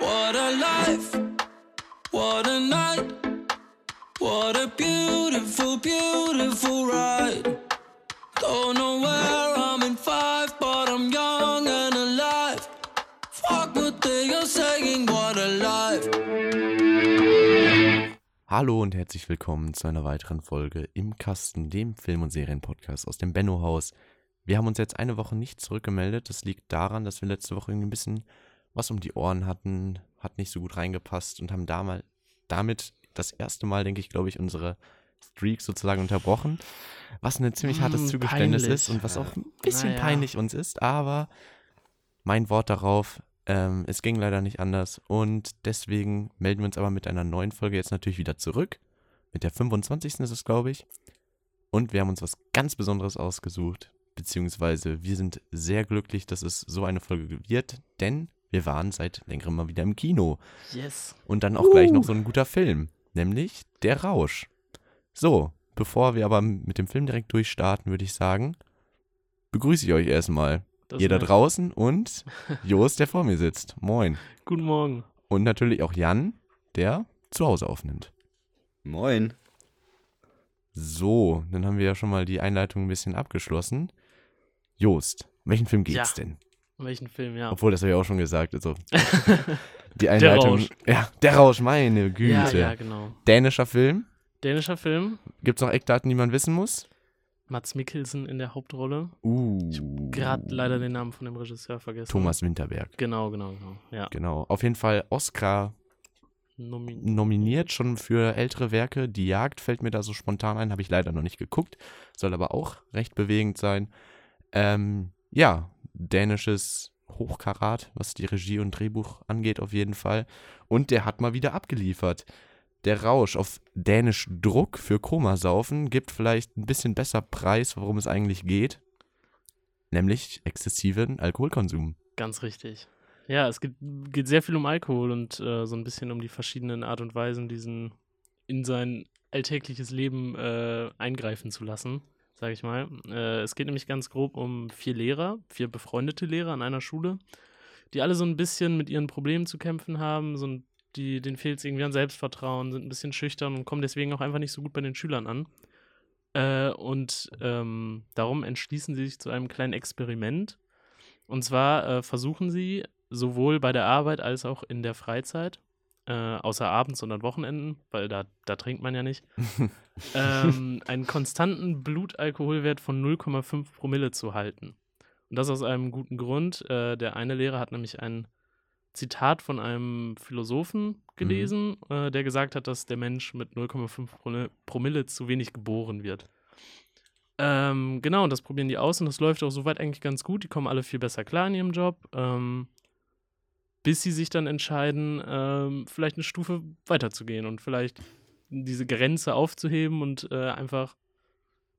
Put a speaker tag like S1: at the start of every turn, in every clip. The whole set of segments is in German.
S1: What a life, what a night, what a beautiful, beautiful ride. Don't know where I'm in five, but I'm young and alive. Fuck what they are saying, what a life.
S2: Hallo und herzlich willkommen zu einer weiteren Folge im Kasten, dem Film- und Serienpodcast aus dem Benno-Haus. Wir haben uns jetzt eine Woche nicht zurückgemeldet. Das liegt daran, dass wir letzte Woche irgendwie ein bisschen was um die Ohren hatten, hat nicht so gut reingepasst und haben damal, damit das erste Mal, denke ich, glaube ich, unsere Streak sozusagen unterbrochen. Was ein ziemlich hartes
S3: Mm,
S2: Zugeständnis
S3: peinlich.
S2: ist und was auch ein bisschen
S3: Naja.
S2: peinlich uns ist, aber mein Wort darauf. Ähm, es ging leider nicht anders und deswegen melden wir uns aber mit einer neuen Folge jetzt natürlich wieder zurück. Mit der 25. ist es, glaube ich. Und wir haben uns was ganz Besonderes ausgesucht, beziehungsweise wir sind sehr glücklich, dass es so eine Folge wird, denn wir waren seit längerem mal wieder im Kino
S3: Yes.
S2: und dann auch gleich noch so ein guter Film, nämlich Der Rausch. So, bevor wir aber mit dem Film direkt durchstarten, würde ich sagen, begrüße ich euch erstmal.
S3: Das
S2: Ihr da
S3: ist nice.
S2: draußen und Jost, der vor mir sitzt. Moin.
S3: Guten Morgen.
S2: Und natürlich auch Jan, der zu Hause aufnimmt.
S4: Moin.
S2: So, dann haben wir ja schon mal die Einleitung ein bisschen abgeschlossen. Jost, um welchen Film geht's
S3: Ja.
S2: denn?
S3: Um welchen Film, ja.
S2: Obwohl, das habe ich auch schon gesagt. Also, die Einleitung.
S3: Rausch.
S2: Ja, der Rausch, meine
S3: ja,
S2: Güte.
S3: ja, genau.
S2: Dänischer Film.
S3: Dänischer Film.
S2: Gibt's noch Eckdaten, die man wissen muss?
S3: Mads Mikkelsen in der Hauptrolle.
S2: Uh.
S3: Gerade leider den Namen von dem Regisseur vergessen.
S2: Thomas Winterberg.
S3: Genau, genau, genau. Ja.
S2: Genau. Auf jeden Fall Oscar
S3: Nomin
S2: nominiert schon für ältere Werke. Die Jagd fällt mir da so spontan ein, habe ich leider noch nicht geguckt, soll aber auch recht bewegend sein. Ähm, ja, dänisches Hochkarat, was die Regie und Drehbuch angeht, auf jeden Fall. Und der hat mal wieder abgeliefert. Der Rausch auf dänisch Druck für Komasaufen gibt vielleicht ein bisschen besser Preis, worum es eigentlich geht. Nämlich exzessiven Alkoholkonsum.
S3: Ganz richtig. Ja, es geht, geht sehr viel um Alkohol und äh, so ein bisschen um die verschiedenen Art und Weisen, diesen in sein alltägliches Leben äh, eingreifen zu lassen, sage ich mal. Äh, es geht nämlich ganz grob um vier Lehrer, vier befreundete Lehrer an einer Schule, die alle so ein bisschen mit ihren Problemen zu kämpfen haben, so ein, die, denen fehlt es irgendwie an Selbstvertrauen, sind ein bisschen schüchtern und kommen deswegen auch einfach nicht so gut bei den Schülern an. Äh, und ähm, darum entschließen sie sich zu einem kleinen Experiment, und zwar äh, versuchen sie sowohl bei der Arbeit als auch in der Freizeit, äh, außer abends und an Wochenenden, weil da, da trinkt man ja nicht, ähm, einen konstanten Blutalkoholwert von 0,5 Promille zu halten. Und das aus einem guten Grund. Äh, der eine Lehrer hat nämlich ein Zitat von einem Philosophen gelesen, äh, der gesagt hat, dass der Mensch mit 0,5 Promille, Promille zu wenig geboren wird. Ähm, genau, und das probieren die aus und das läuft auch soweit eigentlich ganz gut. Die kommen alle viel besser klar in ihrem Job. Ähm, bis sie sich dann entscheiden, ähm, vielleicht eine Stufe weiterzugehen und vielleicht diese Grenze aufzuheben und äh, einfach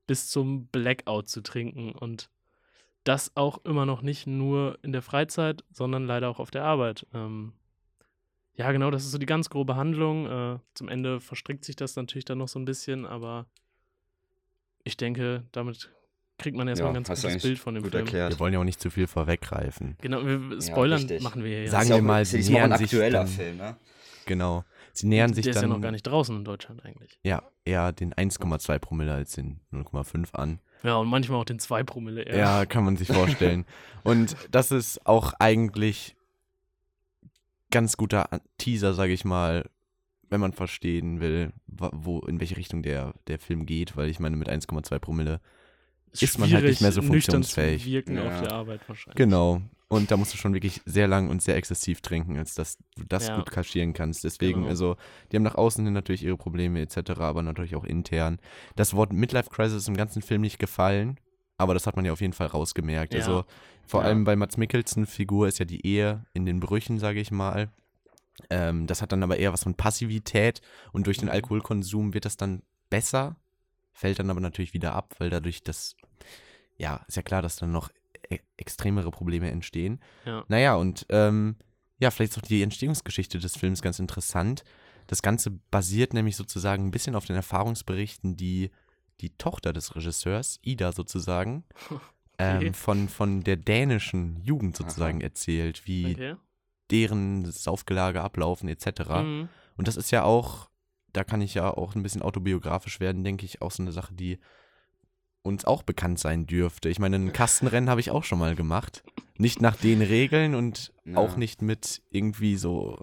S3: bis zum Blackout zu trinken. Und das auch immer noch nicht nur in der Freizeit, sondern leider auch auf der Arbeit. Ähm, ja, genau, das ist so die ganz grobe Handlung. Äh, zum Ende verstrickt sich das natürlich dann noch so ein bisschen, aber ich denke, damit kriegt man erstmal
S4: Ja,
S3: ein ganz
S4: hast du
S3: gutes
S4: eigentlich
S3: Bild von dem
S4: Gut
S3: Film.
S4: erklärt.
S2: Wir wollen ja auch nicht zu viel vorweggreifen.
S3: Genau, wir
S4: Ja,
S3: spoilern
S4: richtig.
S3: machen wir hier ja.
S2: Sagen
S4: Ist ja
S2: wir
S4: auch-
S2: mal,
S4: ist ja diesmal auch ein
S2: nähern sich
S4: aktueller
S2: dann-
S4: Film, ne?
S2: Genau. Sie nähern sich
S3: der
S2: dann
S3: ist ja noch gar nicht draußen in Deutschland eigentlich.
S2: Ja, eher den 1,2 Promille als den 0,5 an.
S3: Ja, und manchmal auch den 2 Promille eher.
S2: Ja, kann man sich vorstellen. Und das ist auch eigentlich ganz guter An- Teaser, sage ich mal, wenn man verstehen will, wa- wo in welche Richtung der, der Film geht, weil ich meine, mit 1,2 Promille. ist man halt nicht mehr so
S3: schwierig, nüchtern zu
S2: funktionsfähig.
S3: wirken
S4: Ja.
S3: auf der Arbeit wahrscheinlich.
S2: Genau. Und da musst du schon wirklich sehr lang und sehr exzessiv trinken, als dass du das
S3: Ja.
S2: gut kaschieren kannst. Deswegen,
S3: Genau.
S2: also, die haben nach außen hin natürlich ihre Probleme etc., aber natürlich auch intern. Das Wort Midlife Crisis ist im ganzen Film nicht gefallen, aber das hat man ja auf jeden Fall rausgemerkt.
S3: Ja.
S2: Also, vor
S4: Ja.
S2: allem bei Mats Mikkelsen Figur ist ja die Ehe in den Brüchen, sage ich mal. Ähm, das hat dann aber eher was von Passivität und durch den Alkoholkonsum wird das dann besser, fällt dann aber natürlich wieder ab, weil dadurch das, ja, ist ja klar, dass dann noch e extremere Probleme entstehen.
S3: Ja.
S2: Naja, und ähm, ja, vielleicht ist auch die Entstehungsgeschichte des Films ganz interessant. Das Ganze basiert nämlich sozusagen ein bisschen auf den Erfahrungsberichten, die die Tochter des Regisseurs, Ida sozusagen,
S3: Okay.
S2: ähm, von, von der dänischen Jugend sozusagen erzählt, wie
S3: Okay.
S2: deren Saufgelage ablaufen etc.
S3: Mhm.
S2: Und das ist ja auch, da kann ich ja auch ein bisschen autobiografisch werden, denke ich, auch so eine Sache, die uns auch bekannt sein dürfte. Ich meine, ein Kastenrennen habe ich auch schon mal gemacht. Nicht nach den Regeln und
S4: Ja.
S2: auch nicht mit irgendwie so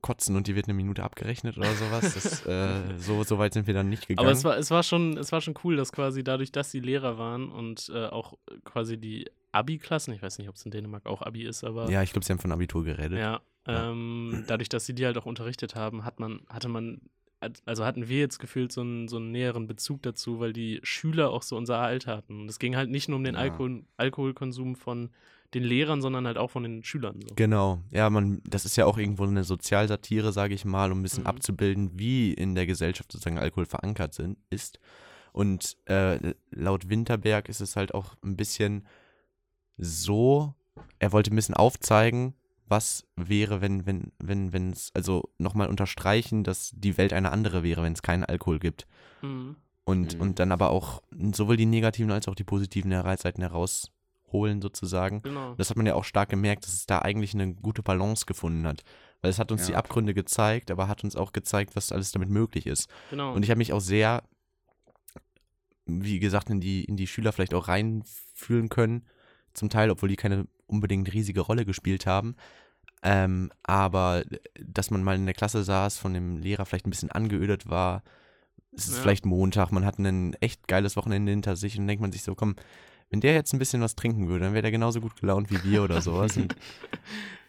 S2: Kotzen und die wird eine Minute abgerechnet oder sowas. Das, äh, so, so weit sind wir dann nicht gegangen.
S3: Aber es war, es, war schon, es war schon cool, dass quasi dadurch, dass sie Lehrer waren und äh, auch quasi die Abi-Klassen, ich weiß nicht, ob es in Dänemark auch Abi ist, aber
S2: ja, ich glaube, sie haben von Abitur geredet.
S3: Ja,
S2: Ja.
S3: Ähm, dadurch, dass sie die halt auch unterrichtet haben, hat man, hatte man, also hatten wir jetzt gefühlt so einen, so einen näheren Bezug dazu, weil die Schüler auch so unser Alter hatten. Und es ging halt nicht nur um den
S2: Ja.
S3: Alkohol, Alkoholkonsum von den Lehrern, sondern halt auch von den Schülern. So.
S2: Genau, ja, man, das ist ja auch irgendwo eine Sozialsatire, sage ich mal, um ein bisschen
S3: Mhm.
S2: abzubilden, wie in der Gesellschaft sozusagen Alkohol verankert sind, ist. Und äh, laut Winterberg ist es halt auch ein bisschen so, er wollte ein bisschen aufzeigen, was wäre, wenn, wenn, wenn, wenn es, also nochmal unterstreichen, dass die Welt eine andere wäre, wenn es keinen Alkohol gibt.
S3: Mhm.
S2: Und,
S4: Mhm.
S2: und dann aber auch sowohl die negativen als auch die positiven Reizseiten herausholen, sozusagen.
S3: Genau.
S2: Das hat man ja auch stark gemerkt, dass es da eigentlich eine gute Balance gefunden hat. Weil es hat uns
S4: Ja.
S2: die Abgründe gezeigt, aber hat uns auch gezeigt, was alles damit möglich ist.
S3: genau.
S2: Und ich habe mich auch sehr, wie gesagt, in die, in die Schüler vielleicht auch reinfühlen können. Zum Teil, obwohl die keine unbedingt riesige Rolle gespielt haben. Ähm, aber dass man mal in der Klasse saß, von dem Lehrer vielleicht ein bisschen angeödet war. Es ist
S3: Ja.
S2: vielleicht Montag, man hat ein echt geiles Wochenende hinter sich und dann denkt man sich so, komm, wenn der jetzt ein bisschen was trinken würde, dann wäre der genauso gut gelaunt wie wir oder sowas. Und,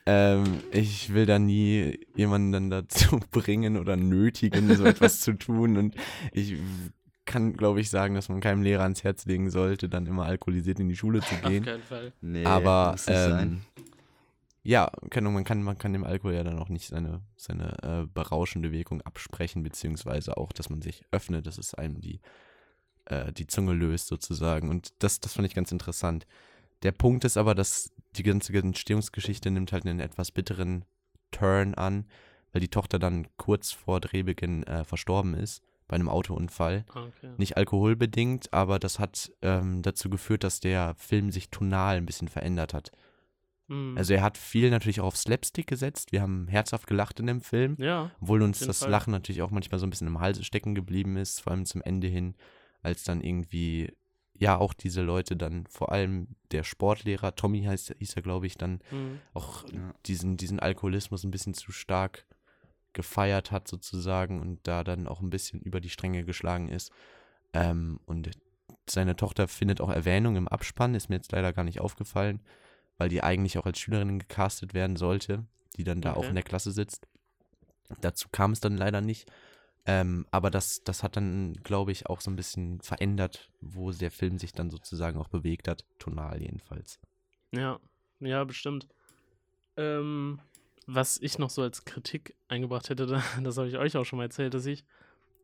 S2: ähm, ich will da nie jemanden dann dazu bringen oder nötigen, so etwas zu tun. Und ich kann, glaube ich, sagen, dass man keinem Lehrer ans Herz legen sollte, dann immer alkoholisiert in die Schule zu
S3: auf
S2: gehen.
S3: keinen Fall.
S4: Nee,
S2: Aber
S4: muss nicht
S2: ähm,
S4: sein.
S2: ja, keine Ahnung, man kann, man kann dem Alkohol ja dann auch nicht seine, seine äh, berauschende Wirkung absprechen, beziehungsweise auch, dass man sich öffnet, dass es einem die, äh, die Zunge löst sozusagen. Und das, das fand ich ganz interessant. Der Punkt ist aber, dass die ganze Entstehungsgeschichte nimmt halt einen etwas bitteren Turn an, weil die Tochter dann kurz vor Drehbeginn äh, verstorben ist bei einem Autounfall
S3: Ah, Okay.
S2: nicht alkoholbedingt, aber das hat ähm, dazu geführt, dass der Film sich tonal ein bisschen verändert hat.
S3: Mhm.
S2: Also er hat viel natürlich auch auf Slapstick gesetzt. Wir haben herzhaft gelacht in dem Film,
S3: ja,
S2: obwohl uns
S3: jeden
S2: das
S3: Fall.
S2: Lachen natürlich auch manchmal so ein bisschen im Halse stecken geblieben ist, vor allem zum Ende hin, als dann irgendwie ja auch diese Leute dann vor allem der Sportlehrer Tommy heißt hieß er glaube ich dann
S3: mhm.
S2: auch
S4: Ja.
S2: diesen, diesen Alkoholismus ein bisschen zu stark gefeiert hat sozusagen und da dann auch ein bisschen über die Stränge geschlagen ist. Ähm, und seine Tochter findet auch Erwähnung im Abspann, ist mir jetzt leider gar nicht aufgefallen, weil die eigentlich auch als Schülerin gecastet werden sollte, die dann da auch
S3: Okay.
S2: in der Klasse sitzt. Dazu kam es dann leider nicht. Ähm, aber das, das hat dann, glaube ich, auch so ein bisschen verändert, wo der Film sich dann sozusagen auch bewegt hat, tonal jedenfalls.
S3: ja, ja, bestimmt. Ähm, was ich noch so als Kritik eingebracht hätte, da- das habe ich euch auch schon mal erzählt, dass ich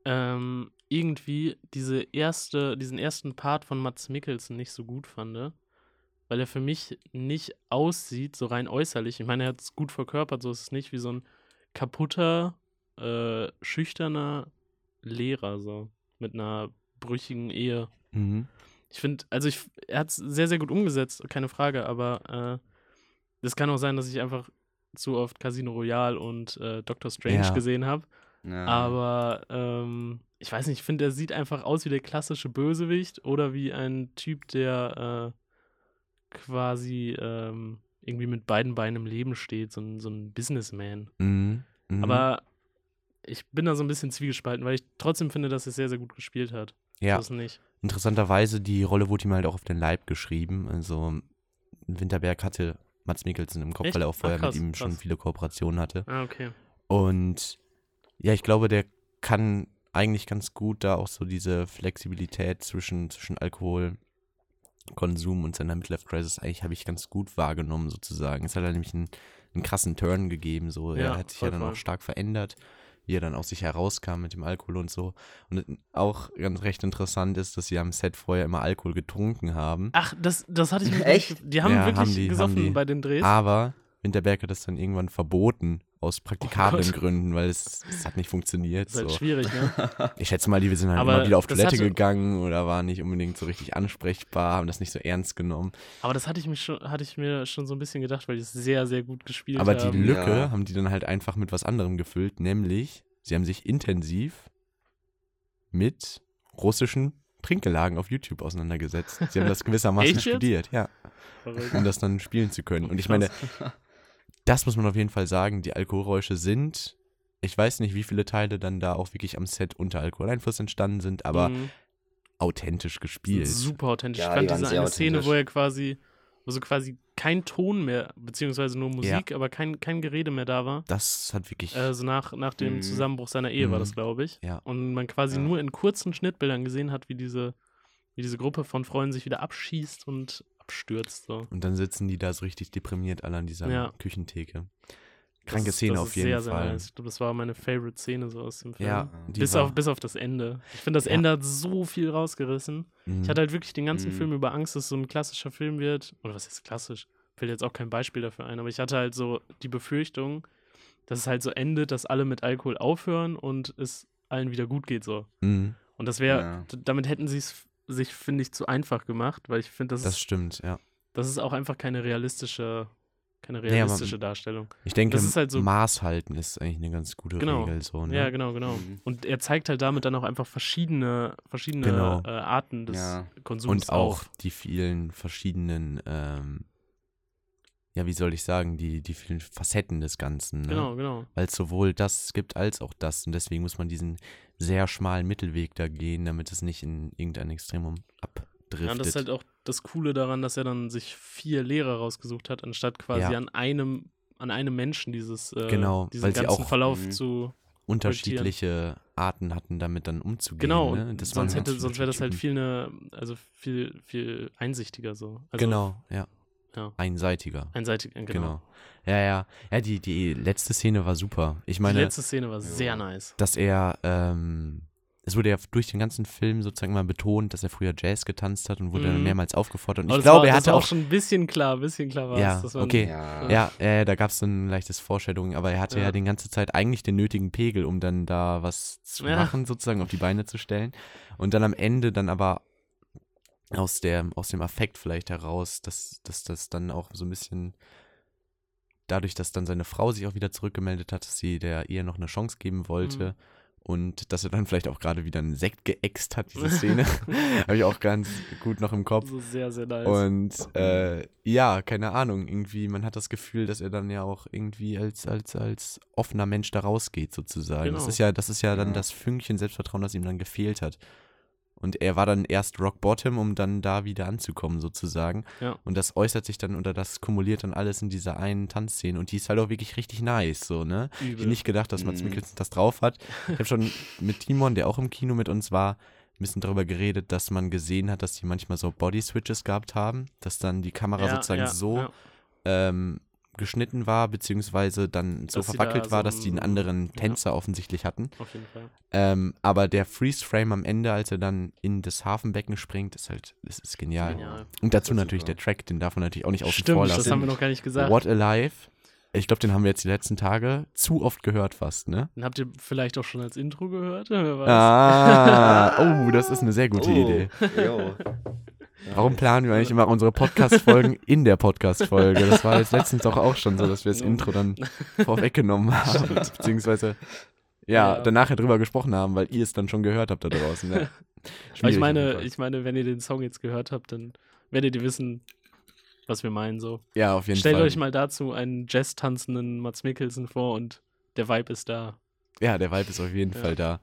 S3: ähm, irgendwie diese erste, diesen ersten Part von Mats Mikkelsen nicht so gut fand, weil er für mich nicht aussieht, so rein äußerlich. Ich meine, er hat es gut verkörpert, so ist es nicht, wie so ein kaputter, äh, schüchterner Lehrer, so mit einer brüchigen Ehe.
S2: Mhm.
S3: Ich finde, also ich, er hat es sehr, sehr gut umgesetzt, keine Frage, aber äh, das kann auch sein, dass ich einfach zu oft Casino Royale und äh, Doctor Strange
S2: Ja. Ah.
S3: gesehen habe.
S4: ja.
S3: Aber ähm, ich weiß nicht, ich finde, er sieht einfach aus wie der klassische Bösewicht oder wie ein Typ, der äh, quasi ähm, irgendwie mit beiden Beinen im Leben steht, so ein, so ein Businessman.
S2: Mhm. Mhm.
S3: Aber ich bin da so ein bisschen zwiegespalten, weil ich trotzdem finde, dass er es sehr, sehr gut gespielt hat.
S2: ja.
S3: So ist es nicht.
S2: Interessanterweise, die Rolle wurde ihm halt auch auf den Leib geschrieben. Also Winterberg hatte Mats Mikkelsen im Kopf,
S3: Echt?
S2: weil er auch
S3: Ah,
S2: vorher
S3: krass,
S2: mit ihm schon
S3: krass.
S2: viele Kooperationen hatte.
S3: Ah, okay.
S2: Und ja, ich glaube, der kann eigentlich ganz gut da auch so diese Flexibilität zwischen, zwischen Alkohol. Konsum und seiner Midlife Crisis eigentlich habe ich ganz gut wahrgenommen sozusagen. Es hat er nämlich einen, einen krassen Turn gegeben, so
S3: Ja,
S2: er hat sich ja
S3: voll,
S2: dann
S3: voll.
S2: auch stark verändert, wie er dann aus sich herauskam mit dem Alkohol und so. Und auch ganz recht interessant ist, dass sie am Set vorher immer Alkohol getrunken haben.
S3: Ach, das, das hatte ich mir
S4: Echt?
S3: nicht ge- Die haben
S2: Ja,
S3: wirklich
S2: haben die, Ah, haben
S3: gesoffen
S2: die.
S3: bei den Drehs.
S2: Aber Winterberg hat das dann irgendwann verboten, Aus praktikablen Gründen, weil es, es hat nicht funktioniert.
S3: Oh Das ist halt
S2: So.
S3: schwierig, ne?
S2: Ich schätze mal, die sind halt
S3: Aber
S2: immer wieder auf
S3: das
S2: Toilette
S3: hatte-
S2: gegangen oder waren nicht unbedingt so richtig ansprechbar, haben das nicht so ernst genommen.
S3: Aber das hatte ich, mich schon, hatte ich mir schon so ein bisschen gedacht, weil die es sehr, sehr gut gespielt
S2: Aber die
S3: haben.
S2: Lücke
S4: Ja.
S2: haben die dann halt einfach mit was anderem gefüllt, nämlich sie haben sich intensiv mit russischen Trinkgelagen auf YouTube auseinandergesetzt. Sie haben das gewissermaßen
S3: Echt jetzt?
S2: studiert, ja,
S3: Verrückt.
S2: um das dann spielen zu können. Und ich meine, das muss man auf jeden Fall sagen, die Alkoholräusche sind, ich weiß nicht, wie viele Teile dann da auch wirklich am Set unter Alkoholeinfluss entstanden sind, aber
S3: Mhm.
S2: authentisch gespielt.
S3: super authentisch.
S4: Ja,
S3: ich
S4: die
S3: fand
S4: waren
S3: diese
S4: sehr
S3: eine Szene, wo
S4: authentisch.
S3: er quasi, also quasi kein Ton mehr, beziehungsweise nur Musik, aber kein, kein Gerede mehr da war.
S2: Das hat wirklich
S3: Also nach, nach dem
S4: Mhm.
S3: Zusammenbruch seiner Ehe war
S2: Mhm.
S3: das, glaube ich.
S2: Ja.
S3: Und man quasi
S4: Ja.
S3: nur in kurzen Schnittbildern gesehen hat, wie diese, wie diese Gruppe von Freunden sich wieder abschießt und abstürzt. So.
S2: Und dann sitzen die da so richtig deprimiert alle an dieser
S3: Ja.
S2: Küchentheke.
S3: Das
S2: Kranke
S3: ist-
S2: Szene
S3: das
S2: auf
S3: ist
S2: jeden
S3: sehr, Sehr
S2: Fall.
S3: nice. Ich glaube, das war meine favorite Szene so aus dem Film.
S2: Ja, die
S3: Bis
S2: war-
S3: auf, bis auf das Ende. Ich finde, das
S2: Ja.
S3: Ende hat so viel rausgerissen.
S2: Mhm.
S3: Ich hatte halt wirklich den ganzen
S4: Mhm.
S3: Film über Angst, dass es so ein klassischer Film wird. Oder was ist klassisch? Fällt jetzt auch kein Beispiel dafür ein, aber ich hatte halt so die Befürchtung, dass es halt so endet, dass alle mit Alkohol aufhören und es allen wieder gut geht so.
S2: Mhm,
S3: Und das wäre,
S4: Ja.
S3: d- damit hätten sie es sich, finde ich, zu einfach gemacht, weil ich finde, das,
S2: Das
S3: ist,
S2: stimmt, ja.
S3: das ist auch einfach keine realistische, keine
S2: aber-
S3: realistische Darstellung.
S2: Ich denke,
S3: Das ist halt so-
S2: Maß halten ist eigentlich eine ganz gute
S3: Genau.
S2: Regel. So, ne?
S3: Ja, genau, genau.
S4: Mhm.
S3: Und er zeigt halt damit dann auch einfach verschiedene, verschiedene
S2: Genau.
S3: äh, Arten des
S4: Ja.
S3: Konsums
S2: Und auch
S3: auf.
S2: die vielen verschiedenen, ähm, ja, wie soll ich sagen, die, die vielen Facetten des Ganzen. Ne?
S3: Genau, genau.
S2: Weil es sowohl das gibt als auch das. Und deswegen muss man diesen sehr schmalen Mittelweg da gehen, damit es nicht in irgendein Extremum abdriftet.
S3: Ja, und das ist halt auch das Coole daran, dass er dann sich vier Lehrer rausgesucht hat, anstatt quasi
S2: Ja.
S3: an einem an einem Menschen dieses äh,
S2: Genau,
S3: diesen
S2: weil sie
S3: ganzen
S2: auch-
S3: Verlauf
S4: Mhm.
S3: zu
S2: unterschiedliche Arten hatten, damit dann umzugehen.
S3: genau
S2: ne?
S3: und
S2: Das waren ganz
S3: sonst hätte
S2: viele
S3: sonst wäre das halt
S2: Typen.
S3: viel eine also viel viel einsichtiger so also
S2: genau, ja.
S3: ja.
S2: Einseitiger.
S3: einseitig genau,
S2: Genau. Ja, ja. Ja, die, die letzte Szene war super. Ich meine,
S3: die letzte Szene war sehr nice
S2: dass er, ähm, es wurde ja durch den ganzen Film sozusagen mal betont, dass er früher Jazz getanzt hat und wurde dann
S3: Mhm.
S2: mehrmals aufgefordert. Und
S3: Aber
S2: ich
S3: das
S2: glaube,
S3: war,
S2: er
S3: das
S2: hatte
S3: war
S2: auch.
S3: schon ein bisschen klar ein bisschen klar war
S2: Ja,
S3: es, dass man-
S2: okay.
S4: Ja.
S2: ja, äh, da gab es ein leichtes Foreshadowing, aber er hatte ja.
S3: Ja.
S2: die ganze Zeit eigentlich den nötigen Pegel, um dann da was zu
S3: Ja.
S2: machen, sozusagen auf die Beine zu stellen. Und dann am Ende dann aber aus, der, aus dem Affekt vielleicht heraus, dass, dass das dann auch so ein bisschen dadurch, dass dann seine Frau sich auch wieder zurückgemeldet hat, dass sie der Ehe noch eine Chance geben wollte. Und dass er dann vielleicht auch gerade wieder einen Sekt geäxt hat, diese Szene. Habe ich auch ganz gut noch im Kopf.
S3: so sehr sehr nice
S2: Und äh, ja, keine Ahnung, irgendwie, man hat das Gefühl, dass er dann ja auch irgendwie als, als, als offener Mensch da rausgeht, sozusagen. Das
S3: Genau.
S2: ist ja, das ist ja dann
S4: Ja.
S2: das Fünkchen Selbstvertrauen, das ihm dann gefehlt hat. Und er war dann erst Rock Bottom, um dann da wieder anzukommen, sozusagen.
S3: Ja.
S2: Und das äußert sich dann oder das kumuliert dann alles in dieser einen Tanzszene. Und die ist halt auch wirklich richtig nice, so, ne? Ich
S3: übel
S2: hätte nicht gedacht, dass Mats
S4: Mhm.
S2: Mikkelsen das drauf hat. Ich habe schon mit Timon, der auch im Kino mit uns war, ein bisschen darüber geredet, dass man gesehen hat, dass die manchmal so Body-Switches gehabt haben, dass dann die Kamera
S3: Ja,
S2: sozusagen
S3: ja,
S2: so
S3: ja.
S2: Ähm, geschnitten war, beziehungsweise dann so
S3: Dass sie da
S2: verwackelt war,
S3: so
S2: dass die einen
S3: ein-
S2: anderen
S3: ja.
S2: Tänzer offensichtlich hatten.
S3: auf jeden Fall
S2: Ähm, aber der Freeze-Frame am Ende, als er dann in das Hafenbecken springt, ist halt, das ist genial.
S3: Genial.
S2: Und
S4: Das
S2: dazu
S4: ist
S2: natürlich
S4: super.
S2: der Track, den darf man natürlich auch nicht außen vor
S3: stimmt
S2: lassen.
S3: das haben wir noch gar nicht gesagt
S2: What Alive. Ich glaube, den haben wir jetzt die letzten Tage zu oft gehört fast, ne?
S3: Den habt ihr vielleicht auch schon als Intro gehört wer weiß.
S2: Ah, oh, das ist eine sehr gute
S4: Oh,
S2: Idee.
S4: jo.
S2: Warum planen wir eigentlich immer unsere Podcast-Folgen in der Podcast-Folge? Das war jetzt letztens doch auch schon so, dass wir das Intro dann vorweggenommen haben. Beziehungsweise, ja,
S3: Ja.
S2: danach ja drüber gesprochen haben, weil ihr es dann schon gehört habt da draußen. Ne?
S3: Aber ich
S2: Schwierig auf jeden
S3: meine,
S2: Fall.
S3: ich meine, wenn ihr den Song jetzt gehört habt, dann werdet ihr wissen, was wir meinen. So.
S2: ja, auf jeden
S3: Stellt
S2: Fall.
S3: euch mal dazu einen Jazz-tanzenden Mats Mikkelsen vor und der Vibe ist da.
S2: Ja, der Vibe ist auf jeden
S3: Ja.
S2: Fall da.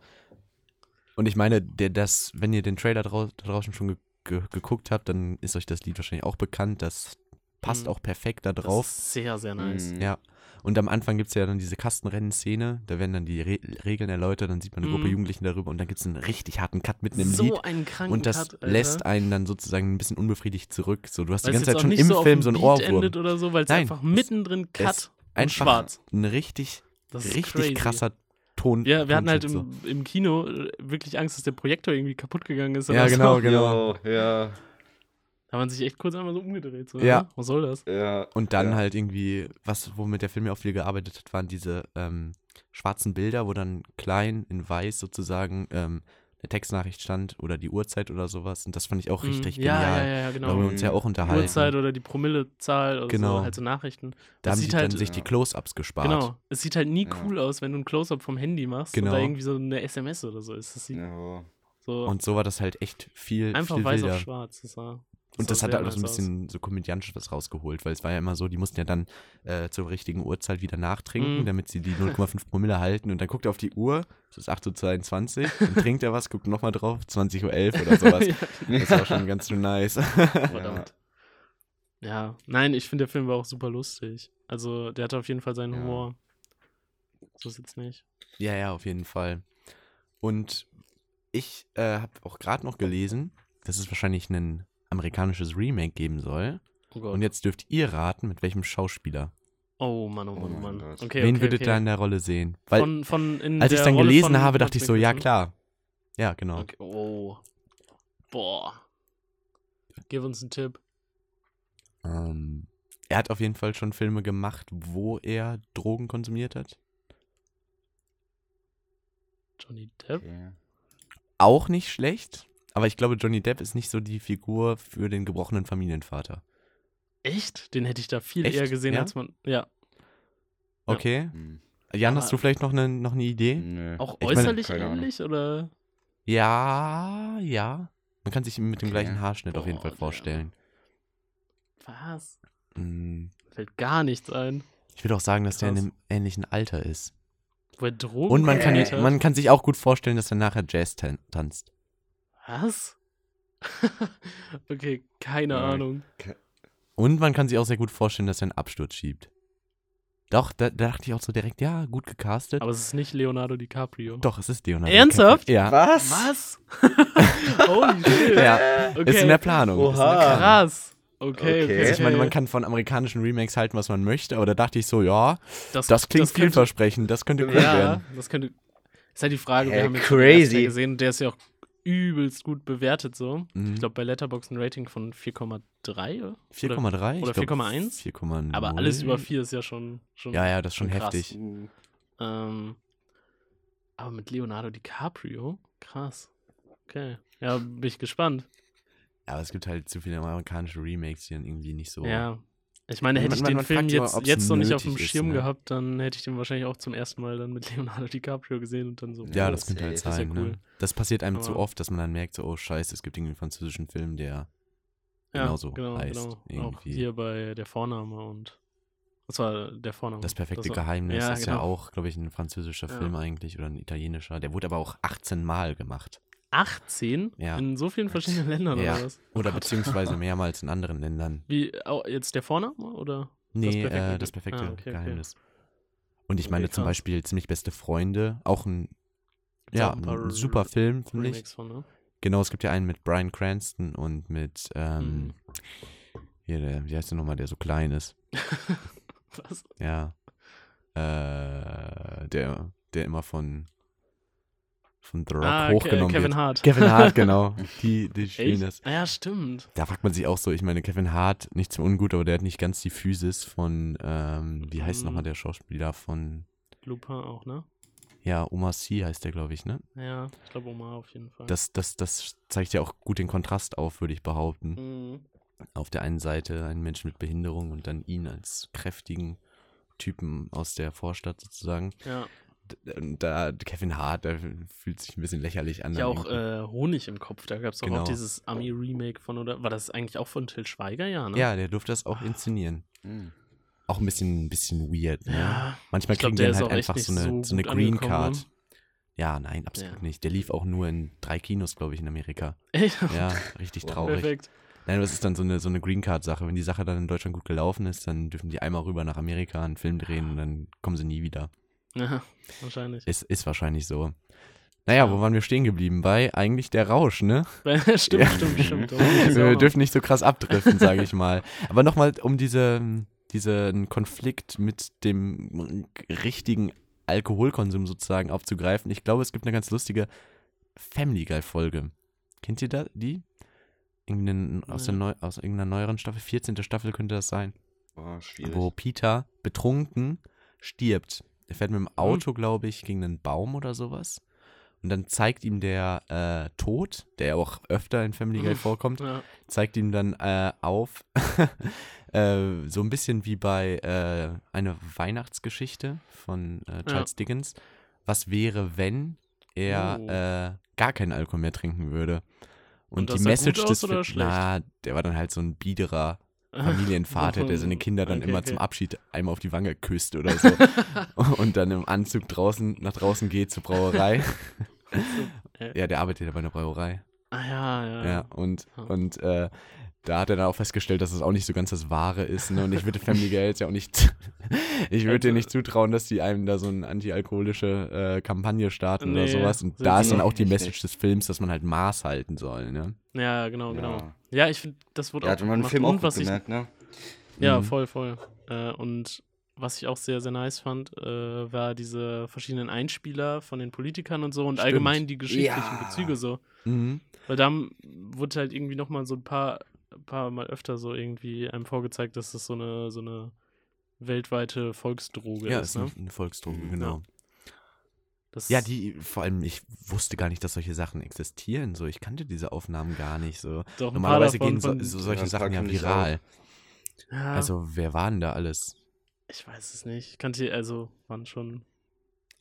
S2: Und ich meine, der, das, wenn ihr den Trailer drau da draußen schon ge ge geguckt habt, dann ist euch das Lied wahrscheinlich auch bekannt. Das passt
S3: Mhm.
S2: auch perfekt da
S3: Das
S2: drauf. Mm.
S3: ist sehr, sehr nice.
S4: Mhm.
S2: Ja. Und am Anfang gibt es ja dann diese Kastenrennen-Szene, da werden dann die Re Regeln erläutert, dann sieht man eine Gruppe
S3: Mhm.
S2: Jugendlichen darüber und dann gibt es einen richtig harten Cut mitten im
S3: so
S2: Lied.
S3: einen kranken
S2: Und das
S3: Cut, Alter.
S2: lässt einen dann sozusagen ein bisschen unbefriedigt zurück. So, du hast die
S3: Weil's
S2: ganze
S3: jetzt
S2: Zeit
S3: auch
S2: schon
S3: nicht
S2: im
S3: auf
S2: Film
S3: dem
S2: so einen
S3: Beat endet
S2: Ohrwurm.
S3: oder so, weil es
S2: Nein,
S3: einfach
S2: es-
S3: mittendrin
S2: es
S3: Cut und
S2: Einfach
S3: schwarz.
S2: ein richtig,
S3: Das ist
S2: richtig
S3: crazy.
S2: krasser Ton.
S3: Ja, wir hatten halt im,
S2: Tonschild
S3: im Kino äh, wirklich Angst, dass der Projektor irgendwie kaputt gegangen ist.
S2: Ja,
S3: oder
S2: genau,
S3: So.
S2: genau.
S4: Jo, ja.
S3: Da hat man sich echt kurz einmal so umgedreht. So,
S2: Ja.
S3: ne? Was soll das?
S4: Ja.
S2: Und dann
S4: Ja.
S2: halt irgendwie, was, womit der Film ja auch viel gearbeitet hat, waren diese ähm, schwarzen Bilder, wo dann klein in weiß sozusagen ähm, eine Textnachricht stand oder die Uhrzeit oder sowas. Und das fand ich auch richtig
S3: Mhm. ja,
S2: genial.
S3: Ja, ja, ja, genau.
S2: Weil wir uns ja auch unterhalten.
S3: Uhrzeit oder die Promillezahl oder
S2: Genau.
S3: so, halt so Nachrichten.
S2: da haben
S3: das
S2: sie
S3: sieht
S2: dann
S3: halt-
S2: sich die Close-Ups gespart.
S3: Genau. Es sieht halt nie
S4: Ja.
S3: cool aus, wenn du ein Close-Up vom Handy machst
S2: Genau.
S3: oder irgendwie so eine SMS oder so ist. Das sieht
S4: Ja.
S3: so
S2: Und so war das halt echt viel,
S3: einfach
S2: viel
S3: weiß
S2: wilder.
S3: auf schwarz. Das sah,
S2: Und das
S3: sah
S2: hat
S3: sehr
S2: halt auch so ein
S3: nice aus.
S2: bisschen so komödiantisch was rausgeholt, weil es war ja immer so, die mussten ja dann äh, zur richtigen Uhrzeit wieder nachtrinken,
S3: Mm.
S2: damit sie die 0,5 Promille halten. Und dann guckt er auf die Uhr, es ist 8.22 Uhr, dann trinkt er was, guckt nochmal drauf, 20.11 Uhr oder sowas.
S3: ja,
S2: Das war schon ganz schön nice.
S3: verdammt. Ja. nein, ich finde, der Film war auch super lustig. Also, der hatte auf jeden Fall seinen
S4: Ja.
S3: Humor. So ist jetzt nicht.
S2: ja, ja, auf jeden Fall. Und ich äh, habe auch gerade noch gelesen, dass es wahrscheinlich ein amerikanisches Remake geben soll.
S3: Oh Gott.
S2: Und jetzt dürft ihr raten, mit welchem Schauspieler.
S3: oh Mann, oh Mann,
S4: Oh
S3: oh
S4: mein
S3: Mann.
S4: Gott.
S3: Okay,
S2: Wen
S3: okay,
S2: würdet
S3: okay.
S2: ihr da in der Rolle sehen? Weil
S3: von, von in
S2: Als ich
S3: der
S2: dann
S3: Rolle
S2: gelesen
S3: von
S2: habe,
S3: Mads
S2: dachte ich so, ja
S3: Mikkelsen?
S2: klar. Ja, genau.
S3: Okay. Oh. Boah. Gib uns einen Tipp.
S2: Ähm, er hat auf jeden Fall schon Filme gemacht, wo er Drogen konsumiert hat.
S3: Johnny Depp?
S4: Okay.
S2: Auch nicht schlecht, aber ich glaube, Johnny Depp ist nicht so die Figur für den gebrochenen Familienvater.
S3: Echt? Den hätte ich da viel
S2: Echt?
S3: eher gesehen,
S2: Ja?
S3: als man. Ja. Ja.
S2: Okay.
S4: Hm.
S2: Jan,
S3: Aber-
S2: hast du vielleicht noch eine noch eine Idee?
S4: Nö.
S3: Auch
S2: Ich meine,
S3: äußerlich
S4: keine Ahnung.
S3: ähnlich oder?
S2: Ja, ja. Man kann sich ihn mit dem
S4: Okay.
S2: gleichen Haarschnitt auf jeden
S3: Boah,
S2: Fall
S3: okay.
S2: vorstellen.
S3: Was?
S2: Hm,
S3: Fällt gar nichts ein.
S2: Ich würde auch sagen, dass der in
S3: Krass. Uh,
S2: einem ähnlichen Alter ist.
S3: Wo er Drogen
S2: Und man kann,
S3: konsumiert hat?
S2: man kann sich auch gut vorstellen, dass er nachher Jazz tan tanzt.
S3: Was? okay, keine
S4: Ja.
S3: Ahnung.
S2: Und man kann sich auch sehr gut vorstellen, dass er einen Absturz schiebt. Doch, da, da dachte ich auch so direkt, ja, gut gecastet.
S3: Aber es ist nicht Leonardo DiCaprio.
S2: Doch, es ist Leonardo.
S3: Ernsthaft?
S2: DiCaprio. Ja.
S4: Ah, Was?
S3: Was? Holy shit.
S2: Ja,
S3: Okay.
S2: ist in der Planung. Ist in der
S4: Oha.
S2: Planung.
S3: Krass. Okay, okay.
S4: Okay.
S2: Also ich meine, man kann von amerikanischen Remakes halten, was man möchte, aber da dachte ich so, ja, das klingt
S3: könnte-
S2: vielversprechend, das könnte gut
S3: Ja,
S2: werden.
S3: das könnte. Ist halt die Frage, wir
S4: Hä,
S3: haben jetzt
S4: crazy.
S3: den Erster gesehen und der ist ja auch übelst gut bewertet so.
S2: Mhm.
S3: Ich glaube bei Letterboxd ein Rating von 4,3 oder?
S2: 4,3?
S3: oder 4,1?
S2: 4,0.
S3: Aber alles über 4 ist ja schon, schon
S2: Ja, ja, das ist schon
S3: Schon krass.
S2: heftig.
S4: Hm.
S3: Ähm, aber mit Leonardo DiCaprio? Krass. Okay. Ja, bin ich gespannt.
S2: Aber es gibt halt zu viele amerikanische Remakes, die dann irgendwie nicht so.
S3: Ja. Ich meine, hätte
S2: Man-
S3: ich
S2: man-
S3: den
S2: man
S3: Film
S2: fragt sich
S3: jetzt,
S2: immer, ob's
S3: jetzt noch nicht auf dem
S2: nötig ist,
S3: Schirm
S2: ne?
S3: gehabt, dann hätte ich den wahrscheinlich auch zum ersten Mal dann mit Leonardo DiCaprio gesehen und dann so.
S2: Ja,
S3: oh,
S2: das könnte halt
S4: safe.
S3: Das ist ja
S2: sein.
S3: cool.
S2: ne? Das passiert einem zu
S3: Aber-
S2: oft, dass man dann merkt, so, oh scheiße, es gibt irgendwie einen französischen Film, der genauso heißt,
S3: genau, Auch
S2: irgendwie.
S3: hier bei der Vorname und das war der Vorname.
S2: das perfekte
S3: war-
S2: Geheimnis
S3: ja,
S2: ist ja
S3: genau.
S2: auch, glaube ich, ein französischer
S3: Ja.
S2: Film eigentlich oder ein italienischer. Der wurde aber auch 18 Mal gemacht.
S3: 18
S2: Ja.
S3: in so vielen verschiedenen Ländern
S2: Ja.
S3: oder was?
S2: Oder
S3: Gott.
S2: beziehungsweise mehrmals in anderen Ländern.
S3: Wie au- jetzt der Vorname oder?
S2: Nee, das perfekte,
S3: perfekte
S2: äh, das
S3: Ge-
S2: perfekte
S3: Ah, okay, okay.
S2: Geheimnis. Und ich
S3: Okay,
S2: meine zum
S3: krass.
S2: Beispiel ziemlich beste Freunde, auch ein,
S3: Gibt's
S2: ja,
S3: auch ein paar
S2: ein super Film, finde ich.
S3: Remakes von, ne?
S2: Genau, es gibt ja einen mit Brian Cranston und mit, ähm,
S3: Mhm.
S2: hier, der, wie heißt der nochmal, der so klein ist?
S3: Was?
S2: Ja. Äh, der, der immer von, von The Rock
S3: ah, Ke-
S2: hochgenommen
S3: Kevin
S2: wird.
S3: Hart.
S2: Kevin Hart, genau. Die, die spielen das.
S3: Echt? Ah, ja, stimmt.
S2: Da fragt man sich auch so, ich meine, Kevin Hart, nicht so ungut, aber der hat nicht ganz die Physis von, ähm, wie heißt
S3: Mhm.
S2: nochmal der Schauspieler von,
S3: Lupin auch, ne?
S2: ja, Omar Sy heißt der, glaube ich, ne?
S3: Ja, ich glaube Omar auf jeden Fall.
S2: Das, das, das zeigt ja auch gut den Kontrast auf, würde ich behaupten.
S3: Mhm.
S2: Auf der einen Seite einen Menschen mit Behinderung und dann ihn als kräftigen Typen aus der Vorstadt sozusagen.
S3: Ja,
S2: Und da Kevin Hart, der fühlt sich ein bisschen lächerlich an.
S3: ja
S2: dann
S3: auch
S2: irgendwie.
S3: äh, Honig im Kopf. Da gab es auch
S2: Genau.
S3: dieses Ami-Remake von, oder? War das eigentlich auch von Till Schweiger? Ja, ne?
S2: ja, der durfte das auch inszenieren.
S4: Hm.
S2: Auch ein bisschen, ein bisschen weird. Ne?
S3: Ja.
S2: Manchmal
S3: Ich glaub,
S2: kriegen
S3: der
S2: die
S3: ist
S2: dann halt
S3: auch echt
S2: einfach so
S3: nicht
S2: eine, so
S3: so
S2: eine
S3: gut
S2: Green
S3: angekommen, ne?
S2: Card. Ja, nein, absolut
S3: Ja.
S2: nicht. Der lief auch nur in drei Kinos, glaube ich, in Amerika.
S3: Echt?
S2: Ja, richtig
S4: Wow.
S2: traurig.
S3: Perfekt.
S2: Nein, das ist dann so eine, so eine Green Card-Sache. Wenn die Sache dann in Deutschland gut gelaufen ist, dann dürfen die einmal rüber nach Amerika einen Film drehen und dann kommen sie nie wieder.
S3: Ja, wahrscheinlich.
S2: Ist, ist wahrscheinlich so. Naja, wo waren wir stehen geblieben? Bei eigentlich der Rausch, ne?
S3: stimmt,
S2: Ja.
S3: stimmt, stimmt. Oh, ist ja auch
S2: Also Wir
S3: noch-
S2: dürfen nicht so krass abdriften, sage ich mal. Aber nochmal um diese, diesen Konflikt mit dem richtigen Alkoholkonsum sozusagen aufzugreifen. Ich glaube, es gibt eine ganz lustige Family Guy-Folge. Kennt ihr da die? irgendeinen, aus, der
S3: Ja.
S2: neu, aus irgendeiner neueren Staffel, 14. Staffel könnte das sein,
S4: Boah, Oh, schwierig.
S2: wo Peter betrunken stirbt. Er fährt mit dem Auto, glaube ich, gegen einen Baum oder sowas. Und dann zeigt ihm der äh, Tod, der auch öfter in Family Guy
S3: Mhm.
S2: vorkommt,
S3: Ja.
S2: zeigt ihm dann äh, auf, äh, so ein bisschen wie bei äh, einer Weihnachtsgeschichte von äh, Charles Dickens, was wäre, wenn er
S3: Oh.
S2: äh, gar keinen Alkohol mehr trinken würde. Und,
S3: Und das
S2: die
S3: sah gut
S2: Message
S3: aus
S2: des
S3: oder
S2: Fi-
S3: schlecht?
S2: Na, der war dann halt so ein biederer Familienvater, der seine Kinder dann
S3: Okay,
S2: immer
S3: okay.
S2: zum Abschied einmal auf die Wange küsst oder so. und dann im Anzug draußen nach draußen geht zur Brauerei.
S3: Äh.
S2: ja, der arbeitet ja bei einer Brauerei.
S3: Ah, ja, ja.
S2: Ja, und,
S3: Ja.
S2: und äh, da hat er dann auch festgestellt, dass es auch nicht so ganz das Wahre ist. Ne? Und ich würde Family Guy jetzt ja auch nicht, ich würde dir
S3: Also
S2: nicht zutrauen, dass die einem da so eine antialkoholische äh, Kampagne starten oder
S3: Nee,
S2: sowas. Und
S3: sind
S2: da
S3: sie
S2: ist dann
S4: nicht.
S2: auch die
S4: Echt nicht.
S2: Message des Films, dass man halt Maß halten soll. Ne?
S3: ja, genau, genau.
S4: Ja.
S3: Ja, ich finde, das wurde
S4: Ja,
S3: auch
S4: hat man im
S3: gemacht.
S4: Film auch
S3: und
S4: gut
S3: was ich,
S4: gemerkt, ne?
S3: Ja,
S2: Mhm.
S3: voll, voll. Äh, und was ich auch sehr, sehr nice fand, äh, war diese verschiedenen Einspieler von den Politikern und so und
S2: Stimmt.
S3: allgemein die geschichtlichen
S4: Ja.
S3: Bezüge so.
S2: Mhm.
S3: Weil da m- wurde halt irgendwie nochmal so ein paar, paar Mal öfter so irgendwie einem vorgezeigt, dass das so eine, so eine weltweite Volksdroge
S2: Ja, ist
S3: ist,
S2: ein,
S3: ne?
S2: ein Volksdruck,
S4: Mhm.
S2: genau.
S3: Das
S2: Ja, die, vor allem, ich wusste gar nicht, dass solche Sachen existieren. So, ich kannte diese Aufnahmen gar nicht. So.
S3: doch ein paar
S2: Normalerweise
S3: davon
S2: gehen so,
S3: von,
S2: so
S4: Ja,
S2: solche
S4: ein paar
S2: Sachen ja
S4: kannte ich auch.
S2: viral.
S3: ja,
S2: Also, wer waren da alles?
S3: ich weiß es nicht. Ich kannte, also waren schon.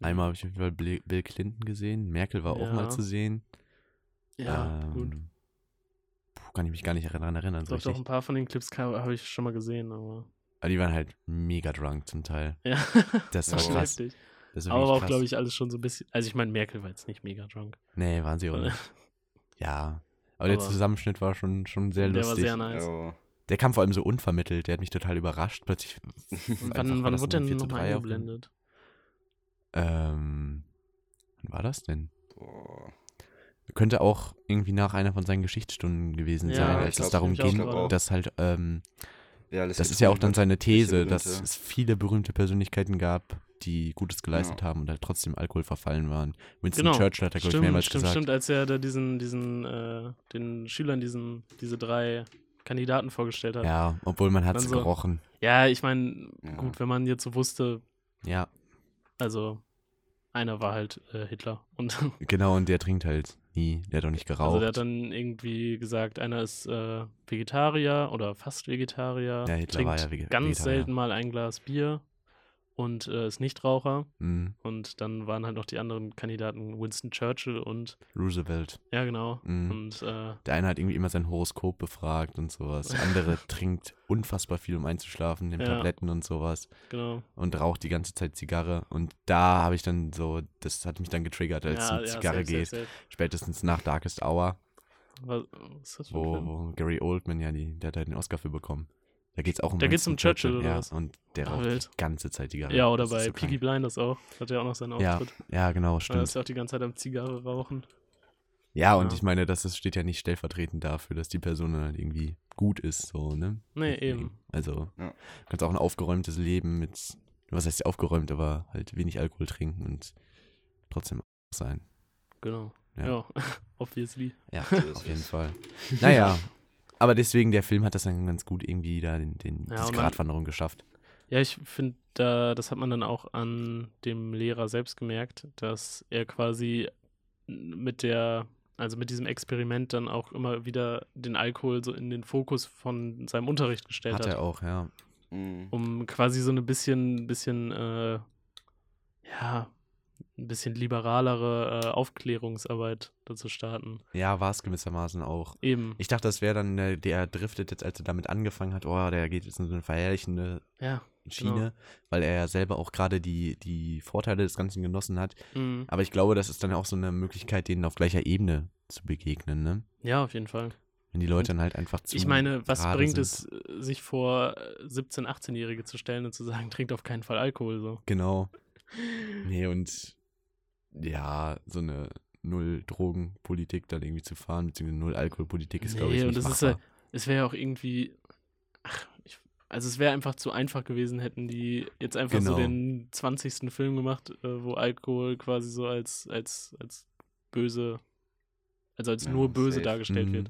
S2: Einmal habe ich auf jeden Fall Bill Bill Clinton gesehen, Merkel war auch
S3: Ja.
S2: mal zu sehen.
S3: Ja, gut.
S2: Ähm, Puh, kann ich mich gar nicht daran erinnern. So
S3: Doch, doch,
S2: richtig.
S3: ein paar von den Clips ka- habe ich schon mal gesehen, aber.
S2: Aber die waren halt mega drunk zum Teil.
S3: Ja,
S2: Das war
S3: war schon
S2: krass.
S3: heftig.
S2: Das war
S3: Aber
S2: wirklich
S3: auch,
S2: krass.
S3: glaube ich, alles schon so ein bisschen. Also, ich meine, Merkel war jetzt nicht mega drunk.
S2: Nee, waren sie auch nicht. Ja. Aber, der
S3: Aber-
S2: Zusammenschnitt war schon, schon sehr
S3: Der war
S2: lustig.
S3: sehr nice.
S4: Ja.
S2: Der kam vor allem so unvermittelt. Der hat mich total überrascht. Plötzlich. einfach
S3: Und
S2: war
S3: wann wann
S2: das
S3: wurde
S2: nur
S3: denn
S2: 4 zu
S3: nochmal
S2: 3 auf dem-
S3: eingeblendet?
S2: Ähm, wann war das denn?
S4: Boah.
S2: Könnte auch irgendwie nach einer von seinen Geschichtsstunden gewesen
S3: Ja,
S2: sein,
S4: ich
S2: als es
S4: glaub,
S2: darum
S3: ich glaub
S2: ging,
S3: auch.
S2: dass halt ähm,
S4: Wer alles
S2: Das ist ja auch dann
S3: ne?
S4: getrunken
S2: seine These,
S4: berühmte.
S2: dass es viele berühmte Persönlichkeiten gab, die Gutes geleistet haben und halt trotzdem Alkohol verfallen waren. Winston
S3: Genau.
S2: Churchill hat er, glaube ich,
S3: Stimmt,
S2: mehrmals
S3: stimmt,
S2: gesagt.
S3: stimmt, als er da diesen, diesen, äh, den Schülern diesen, diese drei Kandidaten vorgestellt hat. Ja,
S2: Ja, obwohl man hat es
S3: Dann so-
S2: gerochen.
S3: ich meine,
S4: Ja.
S3: gut, wenn man jetzt so wusste,
S2: Ja,
S3: also einer war halt äh, Hitler. Und
S2: genau, und der trinkt halt nie. Der hat doch nicht geraucht.
S3: also der hat dann irgendwie gesagt, einer ist äh, Vegetarier oder fast Vegetarier,
S2: Ja, Hitler
S3: trinkt
S2: war ja Vege-
S3: ganz
S2: Vegetarier.
S3: selten mal ein Glas Bier und äh, ist Nichtraucher.
S2: Mhm.
S3: Und dann waren halt noch die anderen Kandidaten Winston Churchill und,
S2: Roosevelt.
S3: ja genau,
S2: Mhm.
S3: und äh,
S2: Der eine hat irgendwie immer sein Horoskop befragt und sowas. Der andere trinkt unfassbar viel, um einzuschlafen, nimmt
S3: Ja.
S2: Tabletten und sowas
S3: genau.
S2: und raucht die ganze Zeit Zigarre. Und da habe ich dann so, das hat mich dann getriggert, als es um Zigarre
S3: safe,
S2: geht.
S3: safe,
S2: Spätestens nach Darkest Hour.
S3: safe. Was, was ist das für ein
S2: wo,
S3: Film?
S2: wo Gary Oldman ja die, der hat ja den Oscar für bekommen. Da geht's auch um
S3: Da geht's um
S2: Winston
S3: Churchill, oder
S2: ja,
S3: was?
S2: und der
S3: Ah,
S2: raucht
S3: wild.
S2: die ganze Zeit Zigarre.
S3: Ja, oder
S2: Das ist
S3: bei
S2: so
S3: Peaky
S2: krank.
S3: Blinders auch. Hat er auch noch seinen
S2: Ja,
S3: Auftritt.
S2: ja, genau,
S3: Ja, er ist
S2: stimmt.
S3: ja auch die ganze Zeit am Zigarre rauchen.
S2: Ja, und
S3: Ja.
S2: ich meine, das ist, steht ja nicht stellvertretend dafür, dass die Person halt irgendwie gut ist, so, ne?
S3: Nee,
S2: Deswegen.
S3: eben.
S2: Also,
S4: Ja.
S2: du kannst auch ein aufgeräumtes Leben mit, was heißt aufgeräumt, aber halt wenig Alkohol trinken und trotzdem sein.
S3: Genau.
S2: Ja.
S3: Ja, obviously.
S2: Ja,
S4: ist
S2: auf jeden Fall. Naja, aber deswegen, der Film hat das dann ganz gut irgendwie da den, den
S3: Ja,
S2: diese
S3: und man-
S2: Gratwanderung geschafft.
S3: Ja, ich finde, da, das hat man dann auch an dem Lehrer selbst gemerkt, dass er quasi mit der, also mit diesem Experiment dann auch immer wieder den Alkohol so in den Fokus von seinem Unterricht gestellt
S2: Hat
S3: hat.
S2: er auch, ja.
S4: Mhm.
S3: um quasi so ein bisschen, bisschen, äh, ja, ein bisschen liberalere äh, Aufklärungsarbeit dazu starten.
S2: Ja, war es gewissermaßen auch.
S3: Eben,
S2: Ich dachte, das wäre dann, äh, der driftet jetzt, als er damit angefangen hat, oh, der geht jetzt in so eine verherrlichende
S3: ja.
S2: Schiene,
S3: Genau.
S2: weil er ja selber auch gerade die, die Vorteile des Ganzen genossen hat.
S3: Mhm.
S2: Aber ich glaube, das ist dann auch so eine Möglichkeit, denen auf gleicher Ebene zu begegnen, ne?
S3: Ja, auf jeden Fall.
S2: Wenn die Leute dann halt einfach zu.
S3: ich meine, was
S2: gerade
S3: bringt
S2: sind.
S3: es, äh, sich vor äh, 17-, 18-Jährige zu stellen und zu sagen, trinkt auf keinen Fall Alkohol so.
S2: Genau. Nee, und ja, so eine Null-Drogen-Politik dann irgendwie zu fahren, beziehungsweise Null-Alkohol-Politik ist, glaube ich,
S3: Nee, und
S2: nicht
S3: das ist
S2: machbar.
S3: ja, es wäre ja auch irgendwie, ach, ich, also es wäre einfach zu einfach gewesen, hätten die jetzt einfach
S2: Genau.
S3: so den 20. Film gemacht, äh, wo Alkohol quasi so als, als, als böse, also als
S4: Ja,
S3: nur böse
S4: safe.
S3: dargestellt
S2: Mhm.
S3: wird.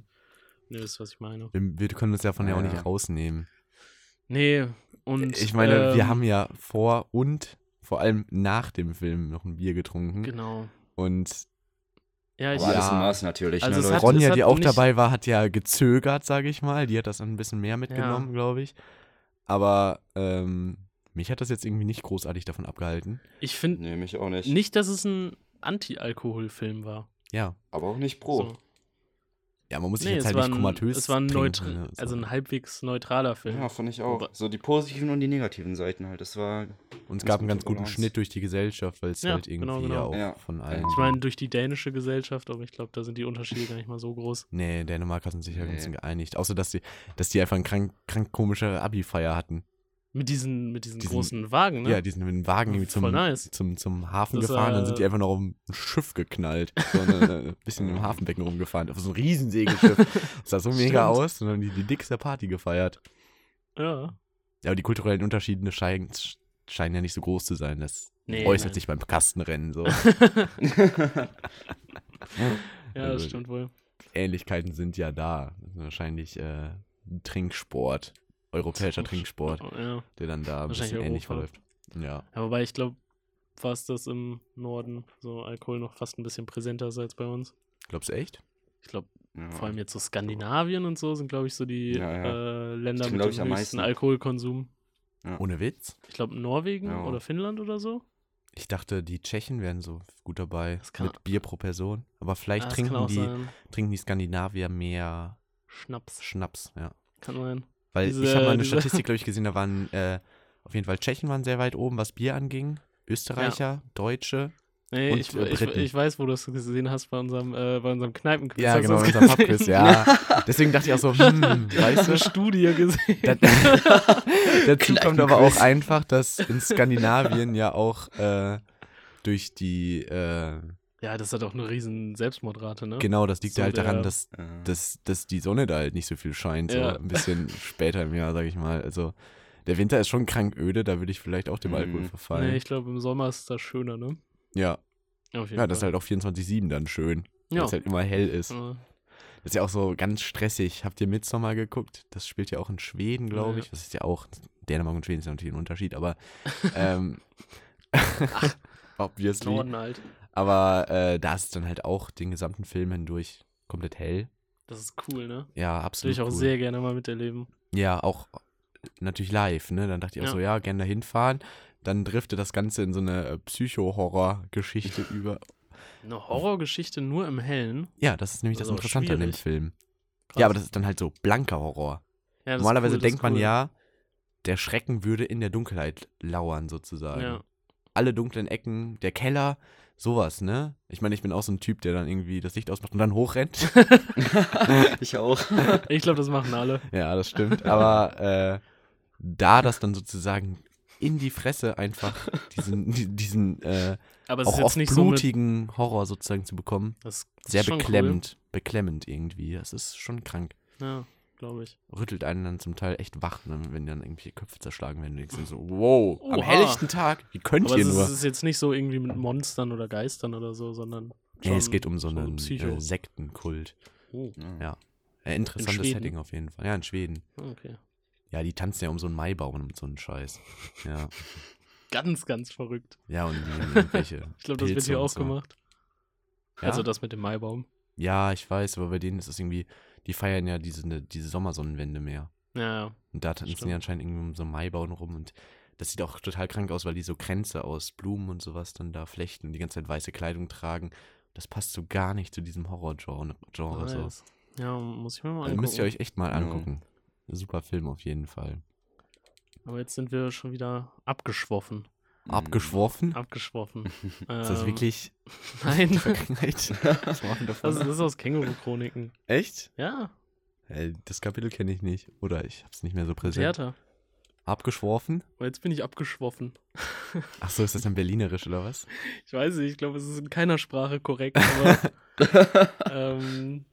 S3: Und Ihr wisst, was ich meine.
S2: Wir, wir können das ja von der auch
S4: Ja.
S2: nicht rausnehmen.
S3: Nee, und.
S2: ich meine, wir
S3: ähm,
S2: haben ja vor und vor allem nach dem Film noch ein Bier getrunken.
S3: Genau.
S2: Und
S3: Ja, ich.
S4: Aber alles
S2: Ja.
S4: im Maß natürlich.
S3: Also
S4: ne,
S3: es
S4: Leute?
S3: hat-
S2: Ronja,
S3: hat
S2: die auch
S3: nicht-
S2: dabei war, hat ja gezögert, sage ich mal. Die hat das ein bisschen mehr mitgenommen, glaube ich. Aber ähm, mich hat das jetzt irgendwie nicht großartig davon abgehalten.
S3: Ich finde
S4: nee, mich auch nicht.
S3: nicht, dass es ein Anti-Alkohol-Film war.
S2: Ja.
S4: Aber auch nicht pro.
S3: So.
S2: Ja, man muss sich
S3: Nee,
S2: jetzt
S3: es
S2: halt
S3: war
S2: nicht
S3: ein,
S2: komatös
S3: es war ein,
S2: trinken,
S3: neutra
S2: ne? So.
S3: also ein halbwegs neutraler Film.
S4: Ja, fand ich auch.
S3: Wobei-
S4: So die positiven und die negativen Seiten halt. Das war.
S2: Und
S4: ganz
S2: es gab
S4: gute
S2: einen ganz guten
S4: Balance.
S2: Schnitt durch die Gesellschaft, weil es
S3: Ja,
S2: halt irgendwie
S3: genau,
S2: ja
S3: genau.
S2: auch
S4: Ja.
S2: von
S4: Ich
S2: allen.
S3: Ich meine, durch die dänische Gesellschaft, aber ich glaube, da sind die Unterschiede gar nicht mal so groß.
S2: nee, Dänemark hat sich ja ganz
S4: Nee.
S2: geeinigt. Außer, dass die, dass die einfach eine krank, krank komische Abi-Feier hatten.
S3: Mit diesen, mit diesen,
S2: Diesen-
S3: großen Wagen, ne?
S2: Ja, die sind mit dem Wagen irgendwie zum,
S3: Voll nice.
S2: zum, zum Hafen
S3: Das,
S2: gefahren, dann sind die
S3: äh,
S2: einfach noch um ein Schiff geknallt. So ein äh, bisschen im Hafenbecken rumgefahren, auf so ein Riesensegelschiff. Das sah so mega
S3: Stimmt.
S2: aus und dann haben die die dickste Party gefeiert.
S3: ja.
S2: Ja, aber die kulturellen Unterschiede scheinen, scheinen ja nicht so groß zu sein. Das
S3: Nee,
S2: äußert
S3: nein.
S2: sich beim Kastenrennen so.
S3: ja, das
S2: Also,
S3: stimmt wohl.
S2: Ähnlichkeiten sind ja da. Wahrscheinlich äh, Trinksport, europäischer Trinksport,
S3: Ja.
S2: der dann da ein bisschen
S3: Wahrscheinlich
S2: ähnlich
S3: Europa.
S2: verläuft. Ja.
S3: ja, wobei ich glaube, fast das im Norden so Alkohol noch fast ein bisschen präsenter ist als bei uns.
S2: Glaubst du echt?
S3: Ich glaube,
S4: Ja.
S3: vor allem jetzt so Skandinavien und so sind, glaube ich, so die
S4: Ja,
S3: Äh, Länder
S4: Das
S3: mit
S4: glaub
S3: dem
S4: ich am
S3: höchsten
S4: meisten.
S3: Alkoholkonsum.
S2: Ohne Witz?
S3: Ich glaube, Norwegen
S4: Ja.
S3: oder Finnland oder so.
S2: Ich dachte, die Tschechen wären so gut dabei
S3: Das kann-
S2: mit Bier pro Person. Aber
S3: Ah,
S2: vielleicht
S3: das kann
S2: trinken,
S3: auch
S2: die,
S3: sein.
S2: trinken die Skandinavier mehr
S3: Schnaps.
S2: Schnaps, ja.
S3: Kann sein.
S2: Weil ich
S3: Diese-
S2: habe mal eine
S3: diese-
S2: Statistik, glaube ich, gesehen, da waren äh, auf jeden Fall Tschechen waren sehr weit oben, was Bier anging. Österreicher, Deutsche.
S3: Nee,
S2: Und,
S3: ich,
S2: äh,
S3: ich,
S2: Briten.
S3: ich weiß, wo du es gesehen hast bei unserem, äh, bei unserem Kneipenquiz.
S2: Ja,
S3: hast
S2: genau,
S3: du das
S2: unser
S3: gesehen?
S2: Pubquiz, ja. Deswegen dachte ich auch so, hm, weißt du,
S3: eine Studie gesehen.
S2: Da- Dazu kommt aber auch einfach, dass in Skandinavien ja auch äh, durch die, äh,
S3: ja, das hat auch eine riesen Selbstmordrate, ne?
S2: genau, das liegt
S3: So
S2: ja halt daran,
S3: der-
S2: dass,
S4: Äh,
S2: dass, dass die Sonne da halt nicht so viel scheint,
S3: Ja.
S2: so ein bisschen später im Jahr, sag ich mal. Also der Winter ist schon krank öde, da würde ich vielleicht auch dem
S4: Mhm.
S2: Alkohol
S3: Nee,
S2: verfallen.
S3: ich glaube, im Sommer ist das schöner, ne?
S2: ja.
S3: Auf jeden
S2: ja, das ist
S3: Fall.
S2: halt auch 24-7 dann schön, weil
S3: ja.
S2: es halt immer hell ist.
S3: Äh,
S2: Das ist ja auch so ganz stressig. Habt ihr Midsommar geguckt? Das spielt ja auch in Schweden, glaube
S3: Ja.
S2: ich. Das ist ja auch, Dänemark und Schweden ist ja natürlich ein Unterschied, aber ähm, obviously.
S3: Norden halt.
S2: Aber äh, da ist es dann halt auch den gesamten Film hindurch komplett hell.
S3: Das ist cool, ne?
S2: Ja,
S3: Das würde
S2: absolut
S3: ich auch
S2: cool.
S3: sehr gerne mal miterleben.
S2: Ja, auch natürlich live, ne? Dann dachte ich auch
S3: Ja.
S2: so, ja, gerne dahin fahren. Dann driftet das Ganze in so eine äh, Psycho-Horror-Geschichte über.
S3: Eine Horrorgeschichte nur im Hellen.
S2: Ja, das ist nämlich das,
S3: Das ist aber
S2: Interessante an dem
S3: Also schwierig.
S2: Film.
S3: Krass.
S2: Ja, aber das ist dann halt so blanker Horror.
S3: Ja, das ist
S2: Normalerweise
S3: cool, das ist
S2: denkt man
S3: cool.
S2: ja, der Schrecken würde in der Dunkelheit lauern, sozusagen.
S3: Ja.
S2: Alle dunklen Ecken, der Keller, sowas, ne? Ich meine, ich bin auch so ein Typ, der dann irgendwie das Licht ausmacht und dann hochrennt.
S4: ich auch.
S2: ähm,
S3: Ich glaube, das machen alle.
S2: ja, das stimmt. Aber äh, da das dann sozusagen in die Fresse einfach diesen, di- diesen äh,
S3: Aber es
S2: auch
S3: ist
S2: oft
S3: jetzt nicht so mit,
S2: blutigen Horror sozusagen zu bekommen,
S3: das ist- das
S2: sehr
S3: ist schon
S2: beklemmend. Beklemmend irgendwie. Das ist schon krank.
S3: Cool. Ja, glaube ich.
S2: rüttelt einen dann zum Teil echt wach, ne, wenn dann irgendwelche Köpfe zerschlagen werden. Und denkst du so, wow, am
S3: Oha.
S2: helllichten Tag, wie könnt
S3: Aber
S2: ihr
S3: es ist,
S2: nur?
S3: es ist jetzt nicht so irgendwie mit Monstern oder Geistern oder so, sondern.
S2: nee, es
S3: schon-
S2: geht um so
S3: schon
S2: einen
S3: Psycho.
S2: äh, Sektenkult.
S3: Oh,
S4: Hm.
S2: Ja. Äh, interessantes
S3: Schweden?
S2: Setting auf jeden Fall. Ja, in Schweden.
S3: okay.
S2: Ja, die tanzen ja um so einen Maibaum und so einen Scheiß. Ja,
S3: Ganz, ganz verrückt.
S2: ja und die nehmen irgendwelche.
S3: Ich glaube, das wird
S2: Pilze
S3: hier
S2: und
S3: auch
S2: so.
S3: gemacht.
S2: Ja?
S3: Also das mit dem Maibaum.
S2: ja, ich weiß, aber bei denen ist es irgendwie, die feiern ja diese, ne- diese Sommersonnenwende mehr.
S3: Ja, ja.
S2: Und da tanzen die
S3: Stimmt.
S2: anscheinend irgendwie um so einen Maibaum rum und das sieht auch total krank aus, weil die so Kränze aus Blumen und sowas dann da flechten und die ganze Zeit weiße Kleidung tragen. Das passt so gar nicht zu diesem Horror-Genre. Genre, so.
S3: nice. Ja, muss ich mir mal
S2: Also
S3: angucken.
S2: müsst ihr euch echt mal
S4: Ja.
S2: angucken. Super Film auf jeden Fall.
S3: Aber jetzt sind wir schon wieder abgeschwoffen.
S2: Abgeschworfen?
S3: Abgeschwoffen.
S2: ist das
S3: Mhm. Ähm,
S2: wirklich
S3: Nein.
S2: die Vergangenheit? Was machen wir davon?
S3: Das, das ist aus Känguru-Chroniken.
S2: echt?
S3: Ja,
S2: Ey, das Kapitel kenne ich nicht. Oder ich hab's nicht mehr so präsent.
S3: Theater.
S2: Abgeschworfen?
S3: Aber jetzt bin ich abgeschwoffen.
S2: Achso, ist das dann Berlinerisch oder was?
S3: Ich weiß nicht, ich glaube, es ist in keiner Sprache korrekt, aber. ähm,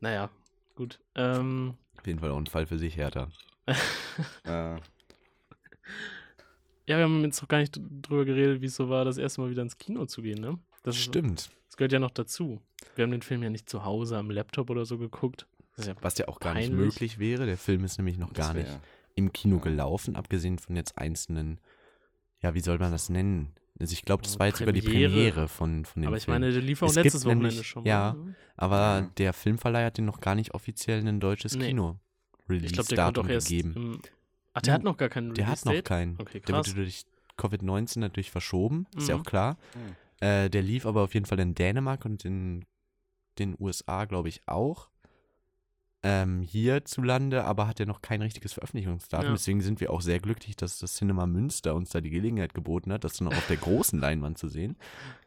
S3: naja, gut. Ähm,
S2: Auf jeden Fall auch ein Fall für sich, Hertha.
S4: Äh,
S3: ja, wir haben jetzt noch gar nicht dr- drüber geredet, wie es so war, das erste Mal wieder ins Kino zu gehen, ne? Das ist-
S2: Stimmt.
S3: Das gehört ja noch dazu. Wir haben den Film ja nicht zu Hause am Laptop oder so geguckt. Das ist ja
S2: Was ja auch gar nicht
S3: Peinlich.
S2: möglich wäre. Der Film ist nämlich noch gar
S4: Das wär-
S2: nicht im Kino gelaufen, abgesehen von jetzt einzelnen, ja, wie soll man das nennen? Also ich glaube, das
S3: Also
S2: war jetzt sogar die
S3: Premiere.
S2: Premiere von, von dem
S3: Aber ich
S2: Film.
S3: meine, der lief auch
S2: Es gibt
S3: letztes Wochenende
S2: nämlich-
S3: schon. mal,
S2: ja,
S3: ne?
S2: Aber
S4: Ja.
S2: der Filmverleih hat den noch gar nicht offiziell in ein deutsches
S3: Nee.
S2: Kino
S3: Ich glaube, der kommt
S2: Release-Datum
S3: doch erst.
S2: gegeben.
S3: Im, ach, der hat noch gar keinen
S2: Der hat noch
S3: Release-Date?
S2: keinen.
S3: Okay,
S2: der wurde
S3: krass.
S2: durch Covid-19 natürlich verschoben, ist ja
S3: Mhm.
S2: auch klar.
S4: Mhm.
S2: Äh, der lief aber auf jeden Fall in Dänemark und in den USA, glaube ich, auch. Ähm, hierzulande, aber hat er noch kein richtiges Veröffentlichungsdatum.
S3: Ja.
S2: Deswegen sind wir auch sehr glücklich, dass das Cinema Münster uns da die Gelegenheit geboten hat, das dann auch auf der großen Leinwand zu sehen.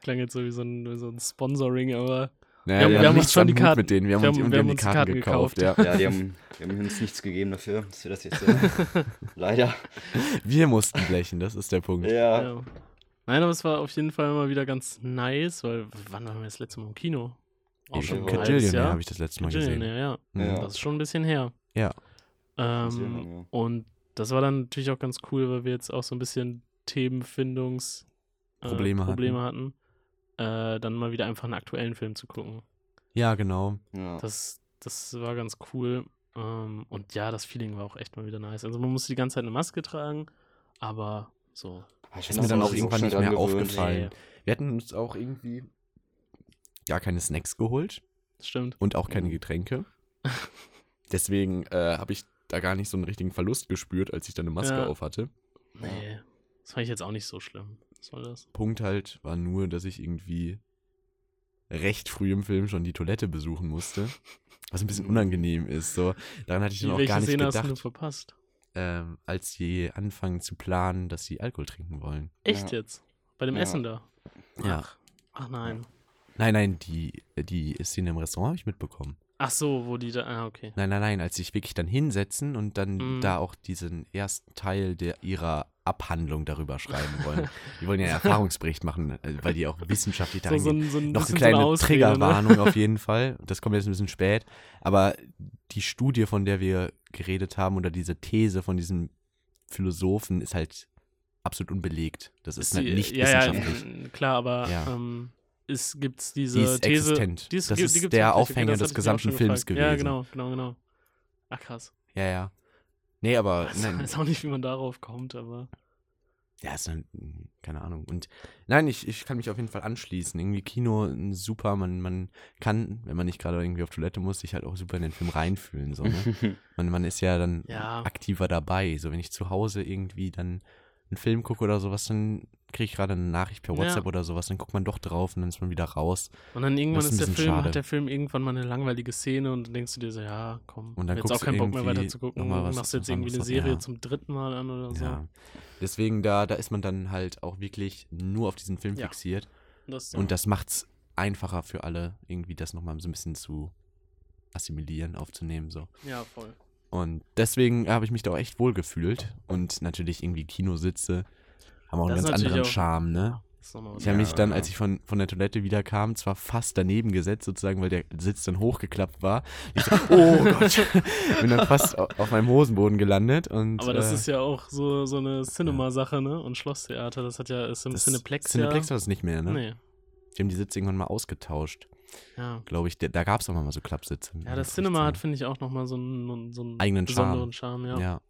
S3: Klang jetzt so wie so ein, so ein Sponsoring, aber
S2: Naja,
S3: haben- wir haben
S2: nichts
S3: uns schon
S2: am
S3: die
S2: Hut
S3: Karten-
S2: mit denen. Wir haben,
S3: wir
S2: uns,
S3: haben-
S2: und
S3: wir
S2: wir
S3: haben
S2: die
S3: uns die
S2: Karten,
S3: Karten
S2: gekauft.
S3: gekauft.
S2: Ja.
S4: Ja, die haben, die haben uns nichts gegeben dafür, dass wir das jetzt. Äh, leider.
S2: Wir mussten blechen, das ist der Punkt.
S4: Ja.
S3: ja. Nein, aber es war auf jeden Fall mal wieder ganz nice, weil wann waren wir das letzte Mal im Kino? Auch
S4: Eben,
S3: schon ein
S4: Cajillionaire
S3: halbes
S2: Cajillionaire
S3: Jahr.
S2: habe ich das letzte Mal gesehen.
S3: Cajillionaire, ja.
S4: Ja.
S3: Das ist schon ein bisschen her.
S2: Ja.
S4: Sehr
S3: Ähm,
S4: lange, ja.
S3: und das war dann natürlich auch ganz cool, weil wir jetzt auch so ein bisschen Themenfindungs äh,
S2: Probleme hatten.
S3: Probleme hatten. Äh, dann mal wieder einfach einen aktuellen Film zu gucken.
S2: Ja, genau.
S4: Ja.
S3: Das, das war ganz cool. Ähm, und ja, das Feeling war auch echt mal wieder nice. Also man musste die ganze Zeit eine Maske tragen, aber so.
S4: Ich
S2: Ist
S4: bin
S2: mir dann
S4: so-
S2: auch
S4: so
S2: irgendwann
S4: schnell
S2: nicht mehr
S4: dran gewöhnt.
S2: aufgefallen. Wir hatten uns auch irgendwie gar keine Snacks geholt
S3: Stimmt.
S2: und auch keine
S4: Mhm.
S2: Getränke. Deswegen äh, habe ich da gar nicht so einen richtigen Verlust gespürt, als ich dann eine Maske
S3: Ja.
S2: auf hatte.
S3: Nee. Das fand ich jetzt auch nicht so schlimm. Was soll das?
S2: Punkt halt war nur, dass ich irgendwie recht früh im Film schon die Toilette besuchen musste. Was ein bisschen unangenehm ist. So, daran hatte ich
S3: Mhm. Die,
S2: dann auch
S3: welche
S2: gar nicht
S3: Szene hast du denn
S2: gedacht,
S3: verpasst?
S2: ähm, als sie anfangen zu planen, dass sie Alkohol trinken wollen.
S3: Echt
S4: Ja.
S3: jetzt? Bei dem
S4: Ja.
S3: Essen da?
S2: Ja.
S3: Ach, ach nein.
S2: Nein, nein, die, die Szene im Restaurant habe ich mitbekommen.
S3: Ach so, wo die da. Ah, okay.
S2: Nein, nein, nein, als sich wirklich dann hinsetzen und dann
S3: Mhm.
S2: da auch diesen ersten Teil der, ihrer Abhandlung darüber schreiben wollen. Die wollen ja einen Erfahrungsbericht machen, äh, weil die auch wissenschaftlich
S3: So,
S2: daran
S3: so
S2: gehen.
S3: ein, so ein
S2: Noch eine
S3: bisschen
S2: kleine
S3: so eine Ausrede, Ne?
S2: Triggerwarnung auf jeden Fall. Das kommt jetzt ein bisschen spät. Aber die Studie, von der wir geredet haben, oder diese These von diesem Philosophen, ist halt absolut unbelegt. Das ist,
S3: Ist
S2: halt
S3: die-
S2: nicht
S3: ja, ja,
S2: wissenschaftlich.
S3: n- klar, aber
S2: Ja.
S3: ähm, es gibt diese
S2: Die ist
S3: These.
S2: existent.
S3: die ist-
S2: das
S3: die- die
S2: ist
S3: gibt's
S2: der
S3: wirklich, okay,
S2: Aufhänger
S3: das hatte
S2: des
S3: ich mich auch
S2: gesamten
S3: schon
S2: Films
S3: gefragt.
S2: gewesen.
S3: Ja, genau, genau, genau. Ach krass.
S2: Ja, ja. Nee, aber
S3: Ich
S2: nein.
S3: weiß auch nicht, wie man darauf kommt, aber.
S2: Ja, ist dann, hm, keine Ahnung. Und nein, ich, ich kann mich auf jeden Fall anschließen. Irgendwie Kino, n, super. Man, man kann, wenn man nicht gerade irgendwie auf Toilette muss, sich halt auch super in den Film reinfühlen. So, ne? man, man ist ja dann
S3: Ja.
S2: aktiver dabei. So, wenn ich zu Hause irgendwie dann einen Film gucke oder sowas, dann kriege ich gerade eine Nachricht per
S3: Ja.
S2: WhatsApp oder sowas. Dann guckt man doch drauf und dann ist man wieder raus.
S3: Und dann irgendwann
S2: Das ist ein
S3: ist der
S2: bisschen
S3: Film,
S2: schade.
S3: hat der Film irgendwann mal eine langweilige Szene und dann denkst du dir so, ja, komm,
S2: Und dann
S3: jetzt auch
S2: guckst du
S3: keinen Bock mehr
S2: irgendwie
S3: weiter zu gucken,
S2: noch mal was-
S3: machst jetzt
S2: was
S3: irgendwie eine
S2: anderes.
S3: Serie
S2: Ja.
S3: zum dritten Mal an oder so.
S2: Ja. Deswegen, da, da ist man dann halt auch wirklich nur auf diesen Film
S3: Ja.
S2: fixiert.
S3: Das,
S2: Und das macht's einfacher für alle, irgendwie das nochmal so ein bisschen zu assimilieren, aufzunehmen. So.
S3: ja, voll.
S2: Und deswegen habe ich mich da auch echt wohl gefühlt. Und natürlich irgendwie Kinositze haben auch
S3: Das
S2: einen
S3: ist
S2: ganz anderen
S3: natürlich auch-
S2: Charme, ne?
S3: Das ist nochmal was.
S2: Ich habe
S4: Ja,
S2: mich dann,
S4: ja.
S2: als ich von, von der Toilette wiederkam, zwar fast daneben gesetzt, sozusagen, weil der Sitz dann hochgeklappt war. Ich so, oh Gott. Bin dann fast au- auf meinem Hosenboden gelandet. Und,
S3: Aber das
S2: äh,
S3: ist ja auch so, so eine Cinema-Sache, ne? Und Schlosstheater, das hat ja, ist im
S2: das-
S3: Cineplex.
S2: Cineplex
S3: ja,
S2: war das nicht mehr, ne?
S3: Nee.
S2: Die haben die Sitze irgendwann mal ausgetauscht,
S3: Ja.
S2: glaube ich. Da, da gab es auch mal so Klappsitze. ne?
S3: Ja, das
S2: Richtig
S3: Cinema
S2: so.
S3: hat, finde ich, auch nochmal so einen, so einen
S2: Eigenen Charme.
S3: besonderen Charme. ja.
S2: Ja.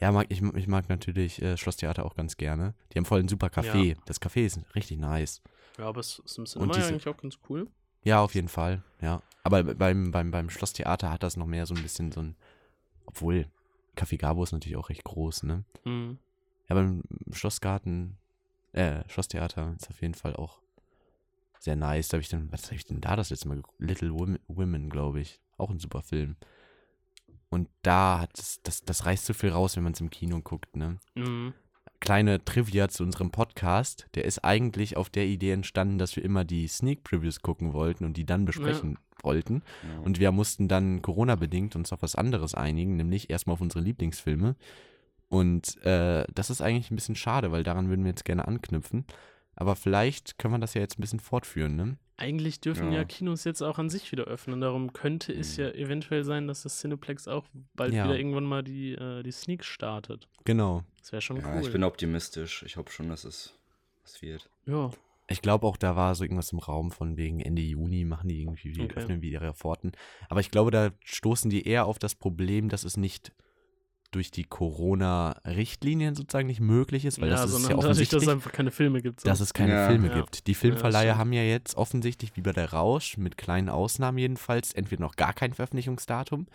S2: Ja, mag, ich, ich mag natürlich äh, Schlosstheater auch ganz gerne. Die haben voll ein super Café. Das Café ist richtig nice.
S3: Ja, aber es ist im Cinema
S2: diese-
S3: ja eigentlich auch ganz cool.
S2: Ja, auf jeden Fall. Ja. Aber beim, beim, beim Schlosstheater hat das noch mehr so ein bisschen so ein. Obwohl, Café Gabo ist natürlich auch recht groß, ne?
S3: Mhm.
S2: Ja, beim Schlossgarten, äh, Schlosstheater ist auf jeden Fall auch sehr nice. Da habe ich dann, was habe ich denn da das letzte Mal geguckt? Little Women, Women glaube ich. Auch ein super Film. Und da hat es, das, das reißt so viel raus, wenn man es im Kino guckt, ne?
S3: Mhm.
S2: kleine Trivia zu unserem Podcast. Der ist eigentlich auf der Idee entstanden, dass wir immer die Sneak Previews gucken wollten und die dann besprechen wollten.
S4: Ja.
S2: Und wir mussten dann Corona-bedingt uns auf was anderes einigen, nämlich erstmal auf unsere Lieblingsfilme. Und äh, das ist eigentlich ein bisschen schade, weil daran würden wir jetzt gerne anknüpfen. Aber vielleicht können wir das ja jetzt ein bisschen fortführen, ne?
S3: Eigentlich dürfen ja.
S4: Ja.
S3: Kinos jetzt auch an sich wieder öffnen. Darum könnte es
S4: Mhm.
S3: ja eventuell sein, dass das Cineplex auch bald
S2: Hm. Ja.
S3: wieder irgendwann mal die, äh, die Sneak startet.
S2: Genau.
S3: Das wäre schon
S4: ja,
S3: cool.
S4: ich bin optimistisch. Ich hoffe schon, dass es was wird.
S3: ja,
S2: Ich glaube auch, da war so irgendwas im Raum von wegen Ende Juni machen die irgendwie, wie
S3: Okay.
S2: öffnen wieder ihre Pforten. Aber ich glaube, da stoßen die eher auf das Problem, dass es nicht durch die Corona-Richtlinien sozusagen nicht möglich ist, weil das ist ja
S3: dadurch, dass
S2: offensichtlich,
S3: es einfach keine Filme gibt. so.
S2: dass es keine
S4: Ja.
S2: Filme
S3: Ja.
S2: gibt. Die Filmverleiher
S3: stimmt.
S2: haben ja jetzt offensichtlich wie bei der Rausch, mit kleinen Ausnahmen jedenfalls, entweder noch gar kein Veröffentlichungsdatum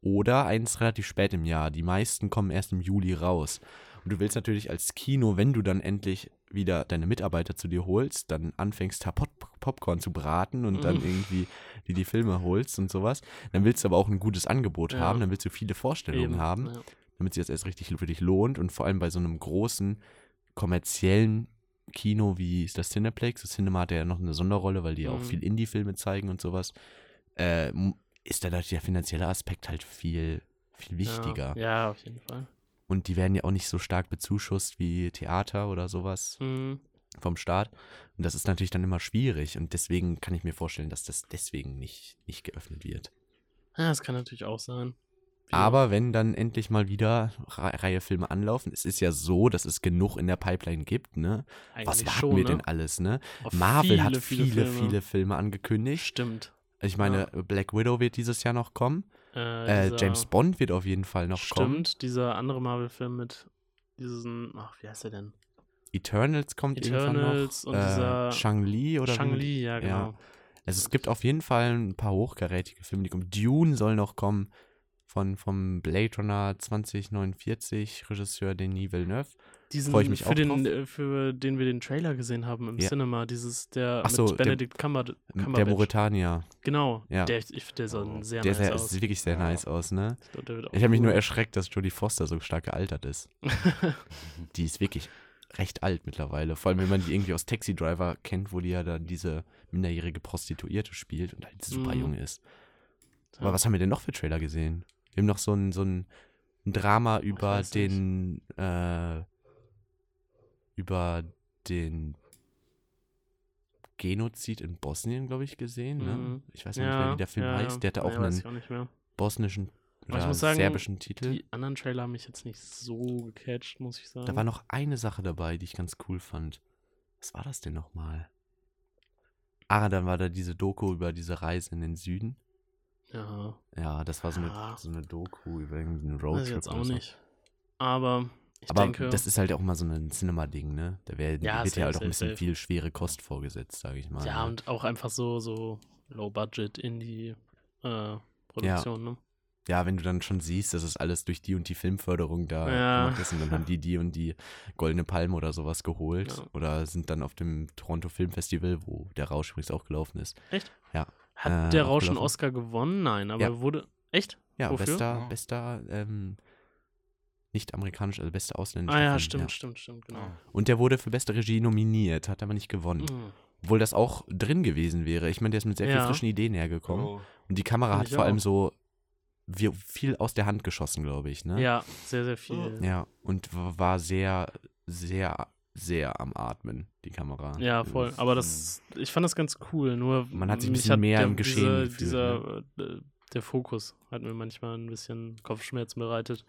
S2: oder eins relativ spät im Jahr. Die meisten kommen erst im Juli raus. Und du willst natürlich als Kino, wenn du dann endlich wieder deine Mitarbeiter zu dir holst, dann anfängst, da Pop Popcorn zu braten und dann
S3: Mhm.
S2: irgendwie die, die Filme holst und sowas. Dann willst du aber auch ein gutes Angebot
S3: Ja.
S2: haben, dann willst du viele Vorstellungen
S3: Eben,
S2: haben
S3: Ja.
S2: damit sich das erst richtig für dich lohnt und vor allem bei so einem großen kommerziellen Kino wie ist das Cineplex, das Cinema hat ja noch eine Sonderrolle, weil die ja auch
S3: Mhm.
S2: viel Indie-Filme zeigen und sowas, äh, m- ist da der finanzielle Aspekt halt viel, viel wichtiger.
S3: Ja. ja, auf jeden Fall.
S2: Und die werden ja auch nicht so stark bezuschusst wie Theater oder sowas
S3: Mhm.
S2: vom Staat. Und das ist natürlich dann immer schwierig und deswegen kann ich mir vorstellen, dass das deswegen nicht, nicht geöffnet wird.
S3: Ja, das kann natürlich auch sein. Ja.
S2: Aber wenn dann endlich mal wieder Re Reihe Filme anlaufen, es ist ja so, dass es genug in der Pipeline gibt, ne? Was
S3: Eigentlich
S2: warten
S3: schon,
S2: wir
S3: ne?
S2: denn alles, ne?
S3: Auf
S2: Marvel hat viele, viele Filme, angekündigt.
S3: Stimmt.
S2: Ich meine, Black Widow wird dieses Jahr noch kommen.
S3: Äh,
S2: Äh,
S3: dieser-
S2: James Bond wird auf jeden Fall noch
S3: Stimmt,
S2: kommen.
S3: dieser andere Marvel-Film mit diesen, ach, wie heißt er denn?
S2: Eternals kommt
S3: Eternals
S2: irgendwann noch.
S3: und dieser-
S2: äh, Shang-Li oder wie man-
S3: Shang-Li, ja, genau.
S2: Also es gibt auf jeden Fall ein paar hochkarätige Filme, die kommen. Dune soll noch kommen von vom Blade Runner 2049 Regisseur Denis Villeneuve.
S3: Diesen,
S2: freu ich mich
S3: für
S2: auch
S3: den,
S2: drauf.
S3: äh, Für den wir den Trailer gesehen haben im
S2: Ja.
S3: Cinema, dieses, der
S2: Ach so,
S3: mit
S2: der-
S3: Benedict Cumber Cumberbatch.
S2: Der Mauretanier.
S3: Genau,
S2: Ja. Oh,
S3: der, ich finde, der sah sehr
S2: Der
S3: nice
S2: sah-
S3: aus.
S2: sieht wirklich sehr nice aus, ne?
S3: Ich glaub, der wird auch
S2: Ich habe mich
S3: cool.
S2: nur erschreckt, dass Jodie Foster so stark gealtert ist. die ist wirklich recht alt mittlerweile. Vor allem, wenn man die irgendwie aus Taxi Driver kennt, wo die ja dann diese minderjährige Prostituierte spielt und halt super
S3: Mhm.
S2: jung ist.
S3: Ja.
S2: Aber was haben wir denn noch für Trailer gesehen? Wir haben noch so ein, so ein Drama über
S3: Oh, weiß nicht.
S2: den, äh, über den Genozid in Bosnien, glaube ich, gesehen. Ne?
S3: Mhm.
S2: Ich weiß noch nicht mehr,
S3: ja,
S2: wie der Film
S3: ja,
S2: heißt. Der hatte auch
S3: ja,
S2: einen
S3: Weiß ich auch nicht mehr.
S2: bosnischen
S3: Aber
S2: oder
S3: ich muss sagen,
S2: serbischen Titel.
S3: Die anderen Trailer haben mich jetzt nicht so gecatcht, muss ich sagen.
S2: Da war noch eine Sache dabei, die ich ganz cool fand. Was war das denn nochmal? Ah, dann war da diese Doku über diese Reise in den Süden.
S3: ja,
S2: Ja, das war so eine,
S3: Ah.
S2: so eine Doku über irgendwie einen
S3: weiß ich
S2: Roadtrip.
S3: jetzt
S2: oder
S3: auch
S2: so.
S3: nicht. Aber ich
S2: Aber
S3: denke,
S2: das ist halt auch mal so ein Cinema-Ding, ne? Da wär,
S3: Ja,
S2: wird
S3: safe,
S2: ja halt auch ein
S3: safe,
S2: bisschen
S3: safe.
S2: viel schwere Kost vorgesetzt, sage ich mal.
S3: ja,
S2: ne?
S3: und auch einfach so, so Low-Budget in die äh, Produktion, ne?
S2: ja, wenn du dann schon siehst, dass es alles durch die und die Filmförderung da
S3: Ja.
S2: gemacht ist und dann haben die die und die Goldene Palme oder sowas geholt
S3: Ja.
S2: oder sind dann auf dem Toronto Film Festival, wo der Rausch übrigens auch gelaufen ist.
S3: Hat
S2: Äh,
S3: der Rausch
S2: abgelaufen.
S3: einen Oscar gewonnen? Nein, aber
S2: Ja.
S3: er wurde. Echt?
S2: Ja,
S3: Wofür?
S2: bester,
S4: Ja.
S2: bester, ähm, nicht amerikanisch, also bester ausländischer
S3: Ah
S2: Film,
S3: ja, stimmt, stimmt, stimmt, genau.
S2: Und der wurde für beste Regie nominiert, hat aber nicht gewonnen.
S3: Mhm.
S2: Obwohl das auch drin gewesen wäre. Ich meine, der ist mit sehr
S3: Ja.
S2: vielen frischen Ideen hergekommen.
S4: Oh.
S2: Und die Kamera
S3: Fand
S2: hat
S3: ich
S2: vor allem
S3: auch.
S2: so wir- viel aus der Hand geschossen, glaube ich, ne?
S3: Ja, sehr, sehr viel.
S2: Ja, und w- war sehr, sehr, sehr am Atmen, die Kamera.
S3: Ja, voll. Aber das, ich fand das ganz cool. Nur
S2: Man hat sich ein
S3: mich
S2: bisschen mehr
S3: der,
S2: im Geschehen
S3: diese,
S2: gefühlt, ne?
S3: dieser, äh, der Fokus hat mir manchmal ein bisschen Kopfschmerzen bereitet.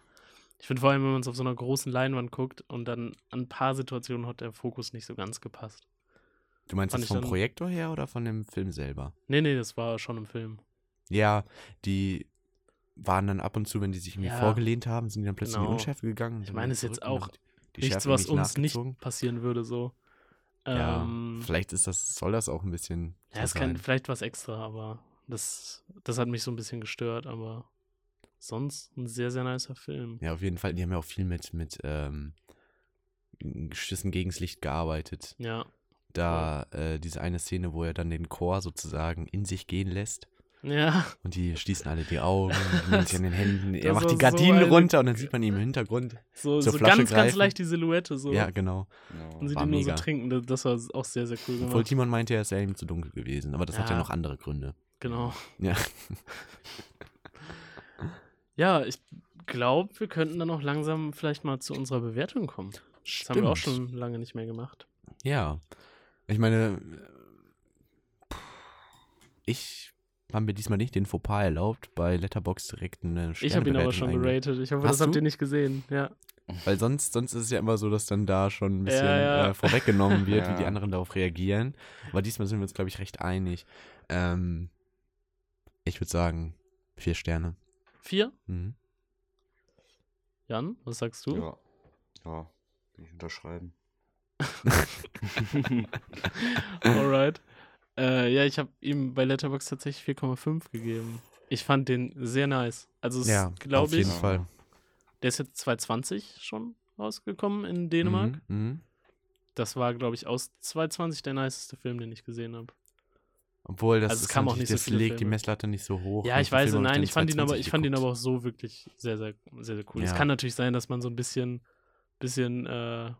S3: Ich finde vor allem, wenn man es auf so einer großen Leinwand guckt und dann an ein paar Situationen hat der Fokus nicht so ganz gepasst.
S2: Du meinst
S3: fand
S2: das
S3: ich
S2: vom
S3: dann-
S2: Projektor her oder von dem Film selber?
S3: Nee, nee, das war schon im Film.
S2: Ja, die waren dann ab und zu, wenn die sich irgendwie
S3: Ja.
S2: vorgelehnt haben, sind die dann plötzlich in die
S3: Genau.
S2: Unschärfe gegangen.
S3: Ich meine, es ist jetzt auch Nichts,
S2: Nichts,
S3: was uns nicht passieren würde, so.
S2: Ja,
S3: Ähm,
S2: vielleicht ist das, soll das auch ein bisschen.
S3: Ja, es kann vielleicht was extra, aber das, das hat mich so ein bisschen gestört, aber sonst ein sehr, sehr nicer Film.
S2: Ja, auf jeden Fall. Die haben ja auch viel mit, mit ähm, Schüssen gegens Licht gearbeitet.
S3: Ja.
S2: Da äh, diese eine Szene, wo er dann den Chor sozusagen in sich gehen lässt
S3: Ja,
S2: und die schließen alle die Augen, die nehmen sich an den Händen. Er
S3: Das
S2: macht
S3: war
S2: die
S3: so
S2: Gardinen
S3: eine-
S2: runter und dann sieht man ihn im Hintergrund.
S3: so,
S2: Zur
S3: so
S2: Flasche
S3: ganz, ganz
S2: greifen.
S3: leicht die Silhouette, so.
S2: Ja, genau.
S3: Und
S4: No.
S3: sie
S2: war
S3: die nur
S2: mega.
S3: so trinken, das, das war auch sehr, sehr cool
S2: Obwohl
S3: gemacht.
S2: Timon meinte, er ist ja ihm zu dunkel gewesen, aber das hat ja
S3: Ja.
S2: noch andere Gründe.
S3: Genau.
S2: Ja.
S3: Ja, ich glaube, wir könnten dann auch langsam vielleicht mal zu unserer Bewertung kommen. Das haben wir auch
S2: Stimmt.
S3: schon lange nicht mehr gemacht.
S2: Ja. Ich meine, äh, ich haben mir diesmal nicht den Fauxpas erlaubt, bei Letterbox direkt eine
S3: Ich habe ihn
S2: Sternebewertung
S3: aber schon
S2: einge-
S3: geratet. Ich hoffe,
S2: Hast
S3: das habt
S2: du?
S3: ihr nicht gesehen. Ja.
S2: Weil sonst, sonst ist es ja immer so, dass dann da schon ein bisschen
S3: ja.
S2: Äh, vorweggenommen wird,
S4: Ja.
S2: wie die anderen darauf reagieren. Aber diesmal sind wir uns, glaube ich, recht einig. Ähm, ich würde sagen, vier Sterne.
S3: Vier?
S2: Mhm.
S3: Jan, was sagst du?
S4: Ja. Ja, will ich unterschreiben.
S3: Alright. Äh, ja, ich habe ihm bei Letterbox tatsächlich 4,5 gegeben. Ich fand den sehr nice. Also, ja,
S2: auf
S3: glaube ich,
S2: jeden Fall.
S3: der ist jetzt 2020 schon rausgekommen in Dänemark.
S2: Mhm. Mhm.
S3: Das war, glaube ich, aus 2020 der niceste Film, den ich gesehen habe.
S2: Obwohl, das,
S3: Also es
S2: ist
S3: kam auch
S2: natürlich-
S3: nicht so
S2: das
S3: viele
S2: legt die
S3: Filme.
S2: Messlatte nicht so hoch.
S3: Ja,
S2: Wie
S3: ich
S2: viele
S3: weiß,
S2: Filme hab
S3: nein,
S2: denn
S3: ich fand ihn aber, ich fand ihn aber
S2: 2020
S3: auch so wirklich sehr, sehr, sehr, sehr cool. Es
S2: Ja.
S3: kann natürlich sein, dass man so ein bisschen, bisschen äh,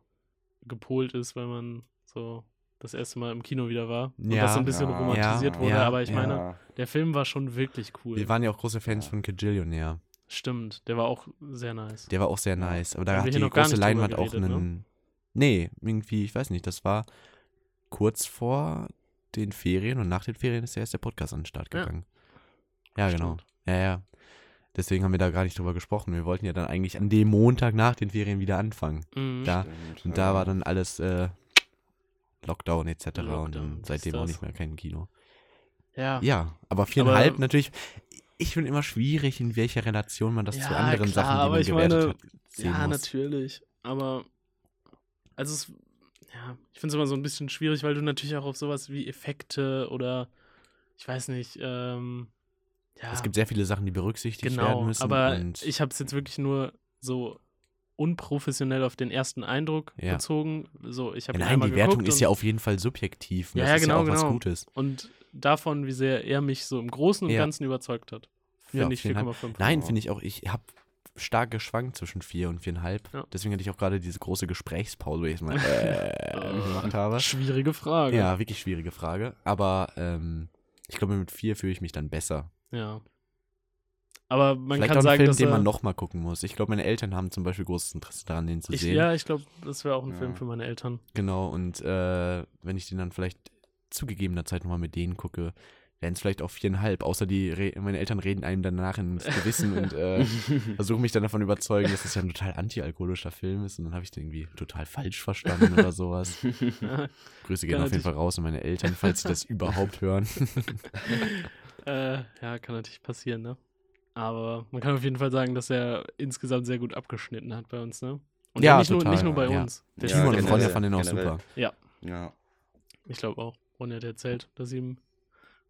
S3: gepolt ist, weil man so das erste Mal im Kino wieder war und
S2: Ja,
S3: das so ein bisschen
S4: ja,
S3: romantisiert
S2: ja,
S3: wurde.
S2: ja,
S3: aber ich
S2: ja.
S3: meine, der Film war schon wirklich cool.
S2: geguckt. Wir waren ja auch große Fans
S4: Ja.
S2: von Kajillionaire.
S3: Stimmt, der war auch sehr nice.
S2: Der war auch sehr nice. Aber da
S3: Haben wir
S2: hat
S3: hier
S2: die
S3: noch gar
S2: große
S3: nicht drüber
S2: Leinwand auch
S3: geredet, ne?
S2: einen. Nee, irgendwie, ich weiß nicht. Das war kurz vor den Ferien und nach den Ferien ist ja erst der Podcast an den Start
S3: Ja.
S2: gegangen. Ja, genau.
S3: Stimmt.
S2: Ja, ja. Deswegen haben wir da gar nicht drüber gesprochen. Wir wollten ja dann eigentlich an dem Montag nach den Ferien wieder anfangen.
S3: Mhm.
S2: Da-
S4: Stimmt,
S2: Und
S4: ja.
S2: da war dann alles äh, Lockdown etc. und
S3: Lockdown,
S2: dann
S3: das
S2: seitdem
S3: ist
S2: auch
S3: das.
S2: nicht mehr kein Kino.
S3: Ja.
S2: Ja, aber viereinhalb
S3: Aber-
S2: natürlich. Ich finde immer schwierig, in welcher Relation man das zu
S3: Ja,
S2: anderen
S3: klar,
S2: Sachen, die
S3: aber
S2: man
S3: ich
S2: gewertet
S3: meine,
S2: hat, sehen
S3: ja,
S2: muss.
S3: natürlich. Aber, also es, ja, ich finde es immer so ein bisschen schwierig, weil du natürlich auch auf sowas wie Effekte oder, ich weiß nicht, ähm, ja,
S2: Es gibt sehr viele Sachen, die berücksichtigt werden
S3: genau,
S2: müssen.
S3: aber
S2: und
S3: ich habe es jetzt wirklich nur so unprofessionell auf den ersten Eindruck
S2: Ja.
S3: bezogen. So, ich habe
S2: nein, die Wertung ist ja
S3: und,
S2: auf jeden Fall subjektiv. Und
S3: Ja,
S2: das
S3: ja,
S2: ist
S3: genau,
S2: ja auch was
S3: genau.
S2: Gutes.
S3: und davon, wie sehr er mich so im Großen und
S2: Ja.
S3: Ganzen überzeugt hat,
S2: Ja,
S3: finde ich
S2: viereinhalb.
S3: 4,5.
S2: Nein,
S4: Ja.
S2: finde ich auch. Ich habe stark geschwankt zwischen vier und viereinhalb.
S3: Ja.
S2: Deswegen hatte ich auch gerade diese große Gesprächspause, die ich mal äh, gemacht habe.
S3: Schwierige Frage.
S2: Ja, wirklich schwierige Frage. Aber ähm, ich glaube, mit vier fühle ich mich dann besser.
S3: Ja. Aber man
S2: Vielleicht auch
S3: kann
S2: ein
S3: sagen,
S2: Film,
S3: dass
S2: den
S3: er,
S2: man nochmal gucken muss. Ich glaube, meine Eltern haben zum Beispiel großes Interesse daran, den zu
S3: ich,
S2: sehen.
S3: Ja, ich glaube, das wäre auch ein Film
S4: Ja.
S3: für meine Eltern.
S2: Genau, und äh, wenn ich den dann vielleicht zugegebener Zeit nochmal mit denen gucke, wären es vielleicht auch viereinhalb, außer die Re meine Eltern reden einem danach ins Gewissen und äh, versuchen mich dann davon überzeugen, dass es ja ein total antialkoholischer Film ist und dann habe ich den irgendwie total falsch verstanden oder sowas. Grüße gehen
S3: Kann
S2: auf jeden
S3: natürlich-
S2: Fall raus an meine Eltern, falls sie das überhaupt hören.
S3: äh, ja, kann natürlich passieren, ne? Aber man kann auf jeden Fall sagen, dass er insgesamt sehr gut abgeschnitten hat bei uns, ne? Und
S2: Ja,
S3: nicht, nur,
S2: total,
S3: nicht nur bei
S2: ja.
S3: uns.
S4: Ja,
S2: Timon und
S4: generell,
S2: Ronja fanden den auch
S4: generell.
S2: super.
S4: ja.
S3: Ich glaube auch. Ronja hat erzählt, dass ihm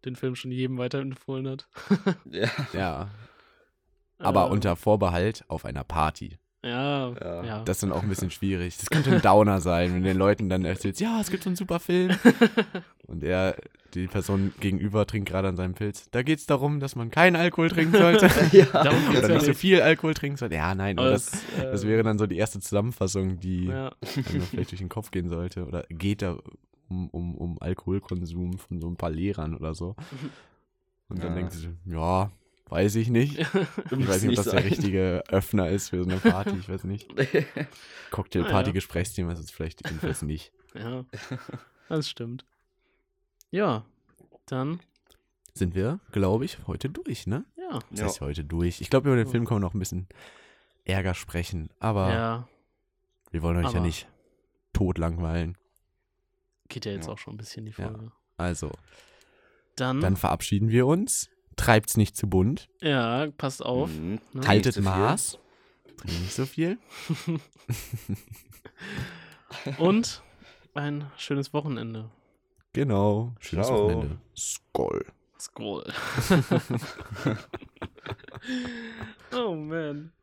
S3: den Film schon jedem weiterempfohlen hat.
S4: Ja.
S2: Ja, aber
S3: Ähm,
S2: unter Vorbehalt auf einer Party.
S3: Ja, ja.
S4: Ja.
S2: Das ist dann auch ein bisschen schwierig. Das könnte ein Downer sein, wenn du den Leuten dann erzählst, ja, es gibt so einen super Film. Und er, die Person gegenüber, trinkt gerade an seinem Pilz. Da geht es darum, dass man keinen Alkohol trinken sollte.
S4: ja.
S3: Darum geht's
S2: Oder
S3: ja
S2: nicht so
S3: nicht.
S2: viel Alkohol trinken sollte. Ja, nein,
S3: Aber
S2: aber das,
S3: es, äh,
S2: das wäre dann so die erste Zusammenfassung, die
S3: ja.
S2: einem vielleicht durch den Kopf gehen sollte. Oder geht da um, um, um Alkoholkonsum von so ein paar Lehrern oder so. Und dann
S4: Ja.
S2: denkt sie so, ja, weiß ich nicht. Ich weiß nicht, ob das der richtige Öffner ist für so eine Party. Ich weiß nicht.
S3: Ah, ja.
S2: Cocktailparty-Gesprächsthema ist es vielleicht jedenfalls nicht.
S3: Ja, das stimmt. Ja, dann,
S2: Sind wir, glaube ich, heute durch, ne?
S3: ja.
S2: Das
S4: Ja.
S2: heißt heute durch. Ich glaube, über den
S3: Ja.
S2: Film können wir noch ein bisschen Ärger sprechen, aber
S3: Ja,
S2: wir wollen euch ja
S3: Aber-
S2: nicht tot langweilen.
S3: geht ja jetzt
S4: Ja.
S3: auch schon ein bisschen die
S2: Ja.
S3: Folge.
S2: Also,
S3: Dann,
S2: dann verabschieden wir uns. Treibt's nicht zu bunt.
S3: ja, passt auf.
S4: Mhm.
S3: Ne?
S4: Halt-
S2: Haltet
S4: zu viel.
S2: Maß. Trinkt nicht so viel.
S3: Und ein schönes Wochenende.
S2: Genau. Schönes
S4: Ciao.
S2: Wochenende. Skoll.
S3: Scroll. oh man.